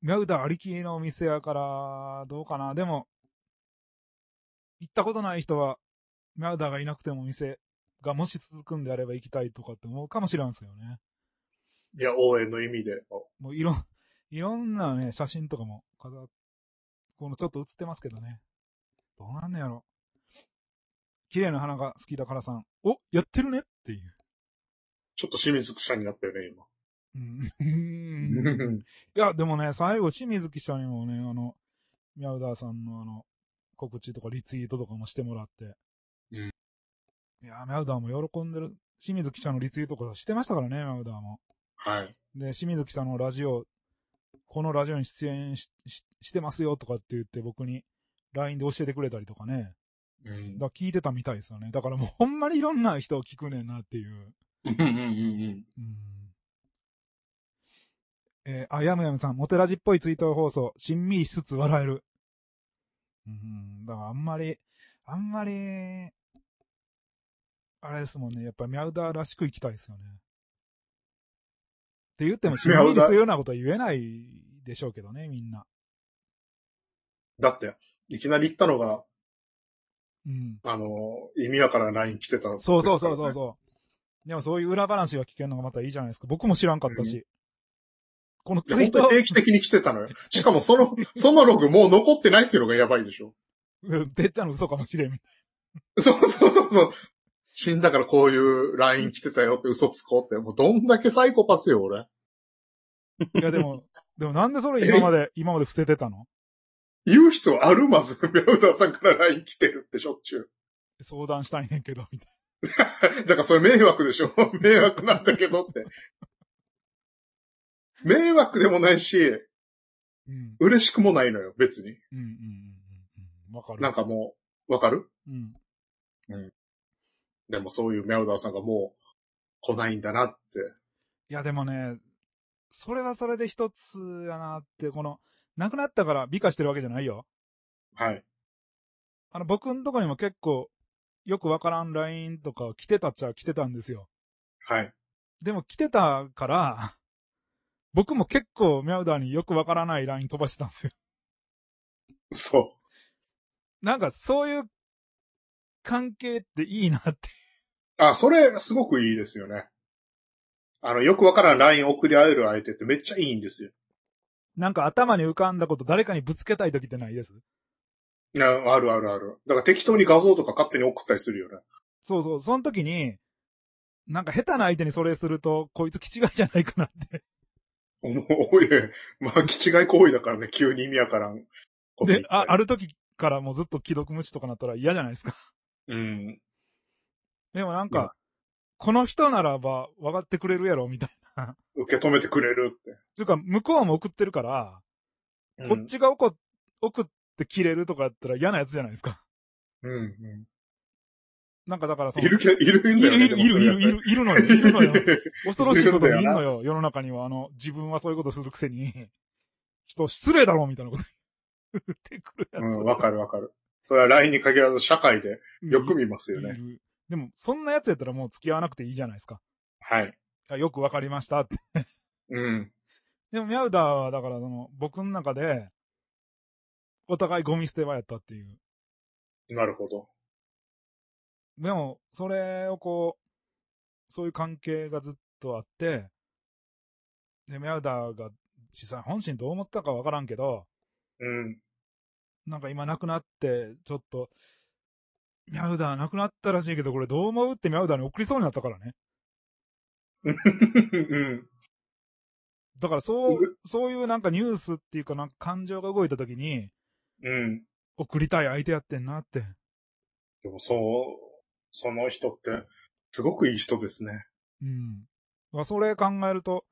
ミャウダーありきのお店やから、どうかな。でも、行ったことない人は、ミャウダーがいなくてもお店がもし続くんであれば行きたいとかって思うかもしれんすよね。
いや、応援の意味で。
もういろん、 いろんなね、写真とかも飾っ、このちょっと写ってますけどね。どうなんのやろ。綺麗な花が好きだからさん、お、やってるねっていう。
ちょっと清水記者になったよね、
うん。
今。
いや、でもね、最後、清水記者にもね、あの、ミャウダーさんのあの、告知とかリツイートとかもしてもらって。
うん
いや、ミャウダーも喜んでる。清水記者のリツイートとかしてましたからね、ミャウダーも。
はい。
で、清水記者のラジオ、このラジオに出演しししてますよとかって言って僕に LINE で教えてくれたりとかね。
うんうん
だから聞いてたみたいですよね。だからもうほんまにいろんな人を聞くねんなっていう。
うんうん
うんえーあ、やむやむさん、モテラジっぽい追悼放送、しんみりしつつ笑える。うん、だからあんまり、あんまり、あれですもんね、やっぱミャウダーらしく生きたいですよね。って言っても、しんみりするようなことは言えないでしょうけどね、みんな。
だって、いきなり行ったのが、
うん。
あの、意味やから LINE 来てた、
そうそうそうそう。そう。でもそういう裏話が聞けるのがまたいいじゃないですか。僕も知らんかったし。この
いや
ツイー
本
ト
当に、定期的に来てたのよ。しかもその、そのログもう残ってないっていうのがやばいでしょ。
うん てっちゃんの嘘かもしれん
そうそうそうそう。死んだからこういう LINE 来てたよって嘘つこうって。もうどんだけサイコパスよ、俺。
いや、でも、でもなんでそれ今ま で、今まで伏せてたの
言う必要あるまず、ミャウダーさんから LINE 来てるってしょっちゅう。
相談したいねんけど、みたい
だからそれ迷惑でしょ 迷惑なんだけどって。迷惑でもないし、
うん。
嬉しくもないのよ、別に。
うんうんうんうん。わかる。
なんかもう、わかる
うん。
でもそういうミャウダーさんがもう来ないんだなって。
いや、でもね、それはそれで一つやなって、この、亡くなったから美化してるわけじゃないよ。
はい。
あの、僕んとこにも結構、よくわからん LINE とか来てたっちゃ来てたんですよ。
はい。
でも来てたから、僕も結構ミャウダーによくわからない LINE 飛ばしてたんですよ。
そ
なんかそういう関係っていいなって。
う。あ、それすごくいいですよね。あの、よくわからん LINE 送り合える相手ってめっちゃいいんですよ。
なんか頭に浮かんだこと誰かにぶつけたい時ってないです
ああるあるある。だから適当に画像とか勝手に送ったりするよね。
そうそう、その時に、なんか下手な相手にそれすると、こいつ気違いじゃないかなって。
思う、おい、まあ、気違い行為だからね、急に意味わからんこと言っ
で
て。、
あ、ある時からもうずっと既読無視とかなったら嫌じゃないですか。
うん。
でもなん
う
か、この人ならば分かってくれるやろ、みたいな。
受け止めてくれるって。
と いうか、向こうも送ってるから、
うん
こっ。ちが怒っ送って切れるとかやったら嫌なやつじゃないですか。
うん、う
なんかだからそ
ん。
の、
いるけ、いる
い
んだよ
る、
ね。
いる、いる、いる、いる、いるのよ、い
でも
るの
それや
よ
っぱり。
恐ろしいこともいるのよ、世の中には。あの、自分はそういうことするくせに、人失礼だろ、みたいなこと言ってくるやつ。
うん、わかるわかる。それは LINE に限らず社会でよく
見
見ますよね。
でも、そんなやつやったらもう付き合わなくていいじゃないですか。
はい。
いやよくわかりましたって。
うん。
でも、ミャウダーは、だから、その、僕の中で、お互いゴミ捨て場やったっていう。
なるほど。
でも、それをこう、そういう関係がずっとあって、で、ミャウダーが実際本心どう思ったかわからんけど、
うん。
なんか今亡くなって、ちょっと、ミャウダー亡くなったらしいけど、これどう思うってミャウダーに送りそうになったからね。
うん。
だからそうう、そういうなんかニュースっていうかなんか感情が動いた時に、
うん。
送りたい相手やってんなって。
でもそう、その人って、すごくいい人ですね。
うん。まあ、それ考えると、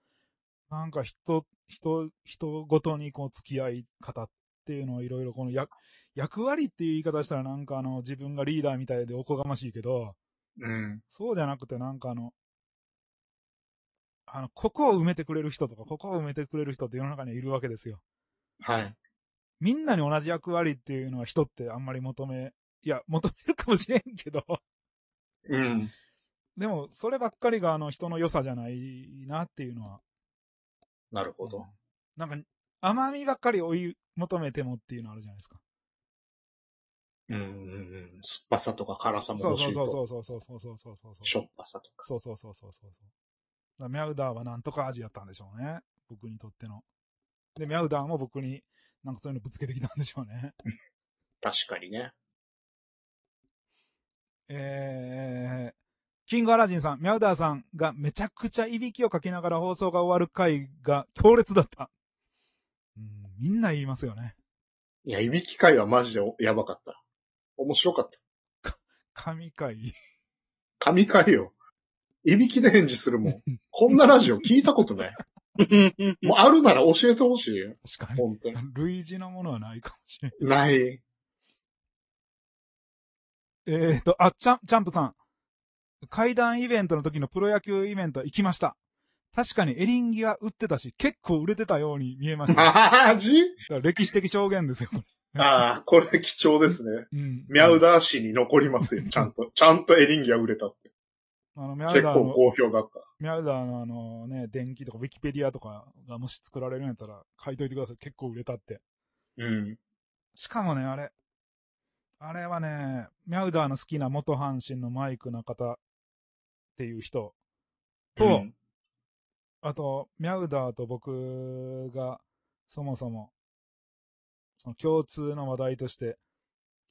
なんか人、人、人ごとにこう付き合い方っていうのをいろいろこの役、役割っていう言い方したらなんかあの自分がリーダーみたいでおこがましいけど、
うん。
そうじゃなくてなんかあの、あの、ここを埋めてくれる人とか、ここを埋めてくれる人って世の中にはいるわけですよ。
はい。
みんなに同じ役割っていうのは人ってあんまり求め、いや、求めるかもしれんけど、
うん。
でも、そればっかりがあの人の良さじゃないなっていうのは、
なるほ
ど。なんか、甘みばっかり追い求めてもっていうのあるじゃないですか。
うんうんうん。酸っぱさとか辛さも
そう
欲し
そう
い
そうそ
と。
うそうそうそうそうそうそうそう。
しょっぱさとか。
そうそうそうそうそう。だからミャウダーはなんとか味やったんでしょうね。僕にとっての。で、ミャウダーも僕になんかそういうのぶつけてきたんでしょうね。
確かにね。
えー、キングアラジンさん、ミャウダーさんがめちゃくちゃいびきをかきながら放送が終わる回が強烈だった。うん、みんな言いますよね。
いや、いびき会はマジでやばかった。面白かった。
神回。
神回よ。いびきで返事する もん。こんなラジオ聞いたことない。もうあるなら教えてほしいよ。
確かに。
本当に。
類似のものはないかもしれない。
ない。
えーと、あ、チャン、チャンプさん。階段イベントの時のプロ野球イベントは行きました。確かにエリンギは売ってたし、結構売れてたように見えました。だか
マジ
ら歴史的証言ですよ、こ
ああ、これ貴重ですね。
れ。うん。
ミャウダー氏に残りますよ。ちゃんと。ちゃんとエリンギは売れたって。
あの、ミャウ
結
ダー
構
の、
好評だった。
ミャウダーのあのね、電気とかウィキペディアとかがもし作られるんやったら、書いといてください。結構売れたって。
うん。
しかもね、あれ。あれはね、ミャウダーの好きな元阪神のマイクの方っていう人と、
うん
あと、ミャウダーと僕が、そもそも、その共通の話題として、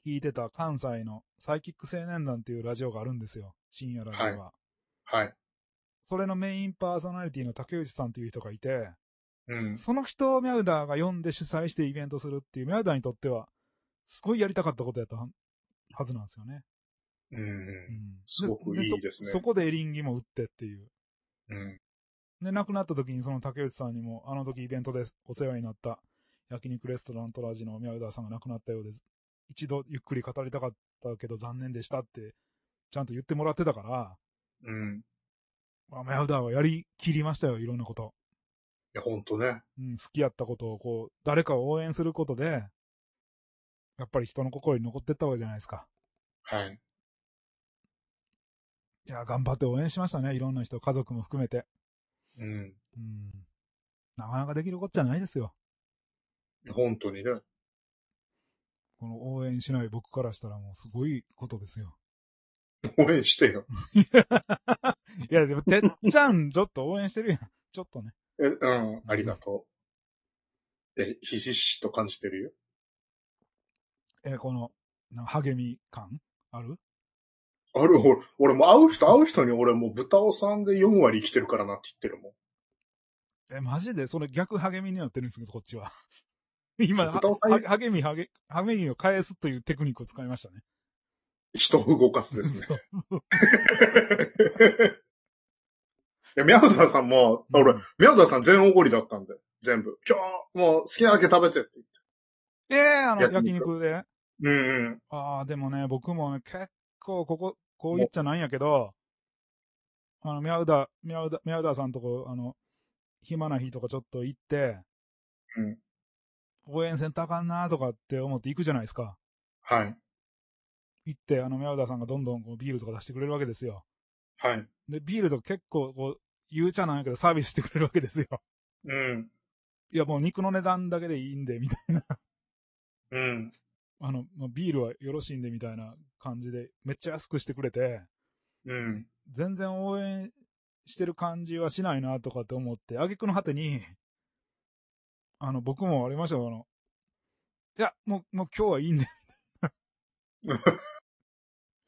聞いてた関西のサイキック青年団っていうラジオがあるんですよ。深夜ラジオが。
はい。
それのメインパーソナリティの竹内さんっていう人がいて、
うん。
その人をミャウダーが読んで主催してイベントするっていう、ミャウダーにとっては、すごいやりたかったことやったははずなんですよね。
う。
うんん。
すごくいいですね
そそこでエリンギも打ってっていう。
うん。
で、亡くなった時にその竹内さんにも、あの時イベントでお世話になった焼肉レストラントラジのミャウダーさんが亡くなったようです。一度ゆっくり語りたかったけど残念でしたって、ちゃんと言ってもらってたから、
うん。い
まあ、ミャウダーはやりきりましたよ、いろんなこと。
や、ほんとね。
うん、好きやったことをこう、誰かを応援することで、やっぱり人の心に残ってったわけじゃないですか。
はい。
いや、頑張って応援しましたね、いろんな人、家族も含めて。
うん。
うん。なかなかできることじゃないですよ。
本当にね。
この応援しない僕からしたらもうすごいことですよ。
応援してよ。
いや、でも、てっちゃん、ちょっと応援してるやん。ちょっとね。
え、うん、ありがとう。え、ひしひしと感じてるよ。
えーこの、なんか励み感ある
ある、俺、俺も会う人、会う人に俺もう豚尾さんで4割生きてるからなって言ってるもん。
えーマジで、その逆励みになってるんですけど、こっちは。 今、は
豚尾さん
は励み、励励みを返すというテクニックを使いましたね。
人を動かすです ね。
そう
いや、ミャウダーさんも、あ俺
うん、
ミャウダーさん全おごりだったんで、全部。今日、もう好きなだけ食べてって言って。
ええあの、
焼
焼
肉
肉で。
うんうん。
ああ、でもね、僕もね、結構、ここ、こう言っちゃなんやけど、あの、ミャウダー、ミャウダー、ミャウダーさんとこ、あの、暇な日とかちょっと行って、
うん
応援センターかんなとかって思って行くじゃないですか。
はい。
行って、あの、ミャウダーさんがどんどんこうビールとか出してくれるわけですよ。
はい。
で、ビールとか結構、こう、言うちゃなんやけど、サービスしてくれるわけですよ。
うん。
いや、もう肉の値段だけでいいんで、みたいな。
うん。
あの、まあビールはよろしいんで、みたいな感じで、めっちゃ安くしてくれて、
うん。
全然応援してる感じはしないなとかって思って、挙句の果てに、あの、僕もありましたよ、あの、いや、もう、もう今日はいいんで。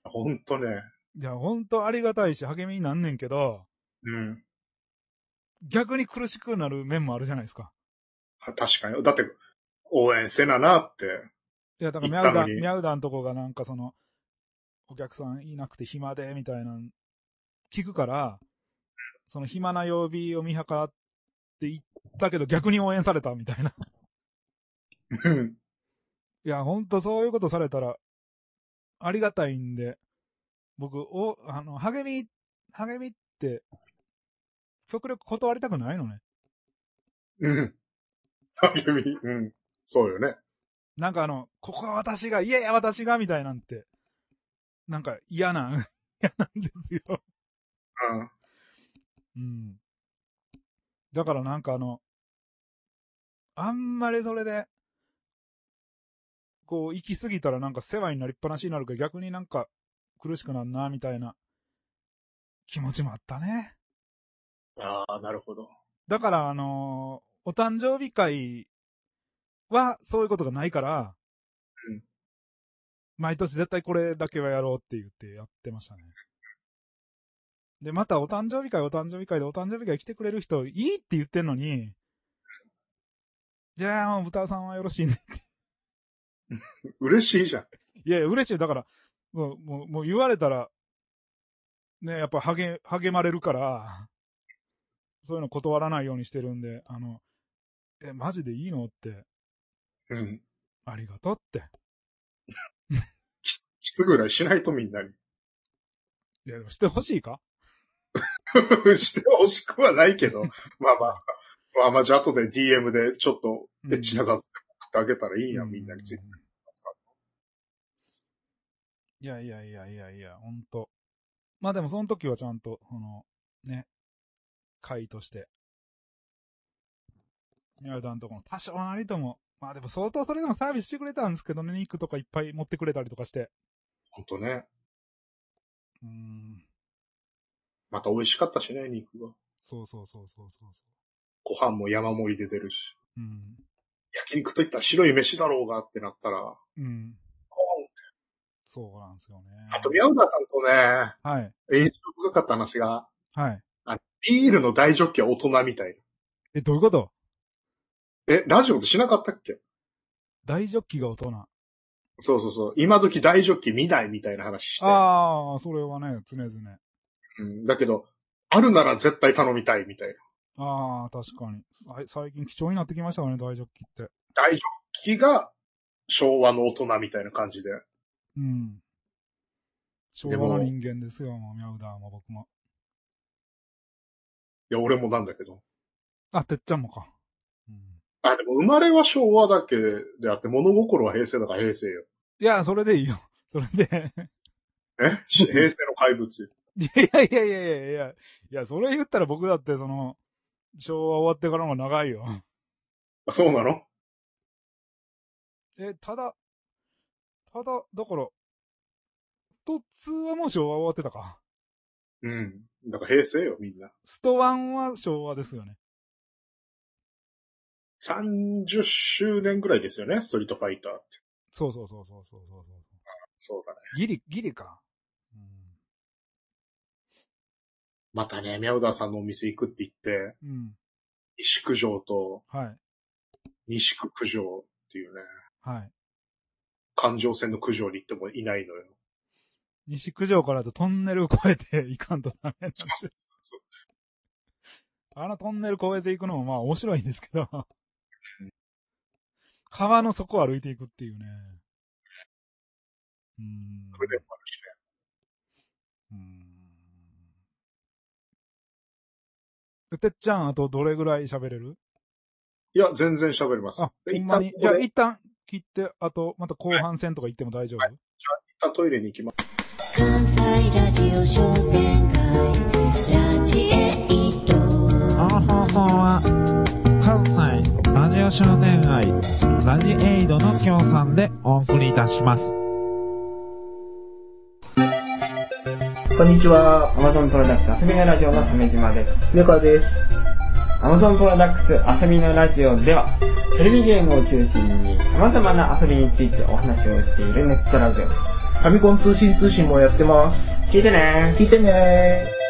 ほんとね。
いや、本当ありがたいし、励みになんねんけど、
うん。
逆に苦しくなる面もあるじゃないですか。
は確かに。だって、応援せななって。
いや、だからミ
行
ャ
った
ウダ
の
ン、
に
ミャウダンとこがなんかその、お客さんいなくて暇で、みたいな、聞くから、その暇な曜日を見計らって行ったけど、逆に応援された、みたいな。
うん。
いや、ほんとそういうことされたら、ありがたいんで、僕、お、あの、励み、励みって、極力断りたくないのね。
うん。励み、うん。そうよね。
なんかあの、ここは私が、いやいや私が、みたいなんて、なんか嫌な、 嫌なんですよ。
うん。
うん。だからなんかあの、あんまりそれで、こう、行き過ぎたらなんか世話になりっぱなしになるから逆になんか苦しくなんな、みたいな気持ちもあったね。
ああ、なるほど。
だからあのーお誕生日会はそういうことがないから、
うん
毎年絶対これだけはやろうって言ってやってましたね。で、またお誕生日会お誕生日会でお誕生日会来てくれる人いいって言ってんのに、じゃあもう豚さんはよろしいね。
嬉しいじゃん。
いやいや、嬉しい。だから、もう、もう、もう言われたら、ね、やっぱ励、励まれるから、そういうの断らないようにしてるんで、あの、え、マジでいいのって、
うん。
ありがとうって。
き、きつぐらいしないとみんなに。
いや、でもしてほしいか
してほしくはない けど。まあまあ。まあまあ、じゃあ後で DM でちょっとエッチな画像で送ってあげたらいいや、ん、みんなについて。さ
いやいやいやいやいや、ほんと。まあでもその時はちゃんと、この、ね、会として。宮田のとこの多少なりとも、まあでも相当それでもサービスしてくれたんですけどね、肉とかいっぱい持ってくれたりとかして。
ほんとね。
うん。
また美味しかったしね、肉が。
そうそうそうそうそうそ
ご飯も山盛りで出るし。
う。うん。
焼肉といったら白い飯だろうがってなったら、
うん。そうなんですよね。
あと、ミャウダーさんとね、
はい。
印象深かった話が、
はい。
ビールの大ジョッキは大人みたい
え、どういうこと
な。え、ラジオでしなかったっけ
大ジョッキが大人。
そうそうそう。今時大ジョッキ見ないみたいな話して。
ああ、それはね、常々。
うん、だけど、あるなら絶対頼みたいみたいな。
ああ、確かに。さい最近貴重になってきましたよね、大ジョッキって。
大ジョッキが昭和の大人みたいな感じで。
うん。昭
でも
和の人間ですよ、もうミャウダーも僕も。
いや、俺もなんだけど。
あ、てっちゃんもか。うん、
あ、でも生まれは昭和だけであって、物心は平成だから平成よ。
いや、それでいいよ。 それで。
え平成の怪物よ。
いやいやいやいやいやいや、それ言ったら僕だって、その、昭和終わってからも長いよ。
あそうなの
え、ただ、ただ、だから、スト2はもう昭和終わってたか。
うん。だから平成よ、みんな。
スト1は昭和ですよね。
30周年ぐらいですよね、ストリートファイターって。
そうそうそうそうそうそうそう。
そうだね。
ギリ、ギリか。うん
またね、ミャウダーさんのお店行くって言って、
うん。
西九条と
はい。
西区九条っていうね、
はい。
環状線の九条に行ってもいないの よ。
西九条からだとトンネル越えていかんとダメなんで。
そうそうそう
あのトンネル越えていくのもまあ面白いんですけど。川の底を歩いていくっていうね。うん。
それでもあるしね。
うん。てっちゃん、あとどれぐらい喋れる
いや、全然喋れます。
あ、
で
ほ
一
んま
旦
に
こ。こ
じゃあ
で
一旦切って、あと、また後半戦とか行っても大丈夫、
一旦トイレに行きます。
関西ラジオ商店街ラジエイト
この放送は関西ラジオ商店街ラジエイドの協賛でお送りいたします
こんにちは、Amazon プロダクツ遊びのラジオの鮫島です。ゆかです。Amazon プロダクツ遊びのラジオでは、テレビゲームを中心に様々な遊びについてお話をしているネットラジオ。ファミコン通信通信もやってます。聞いてね聞いてね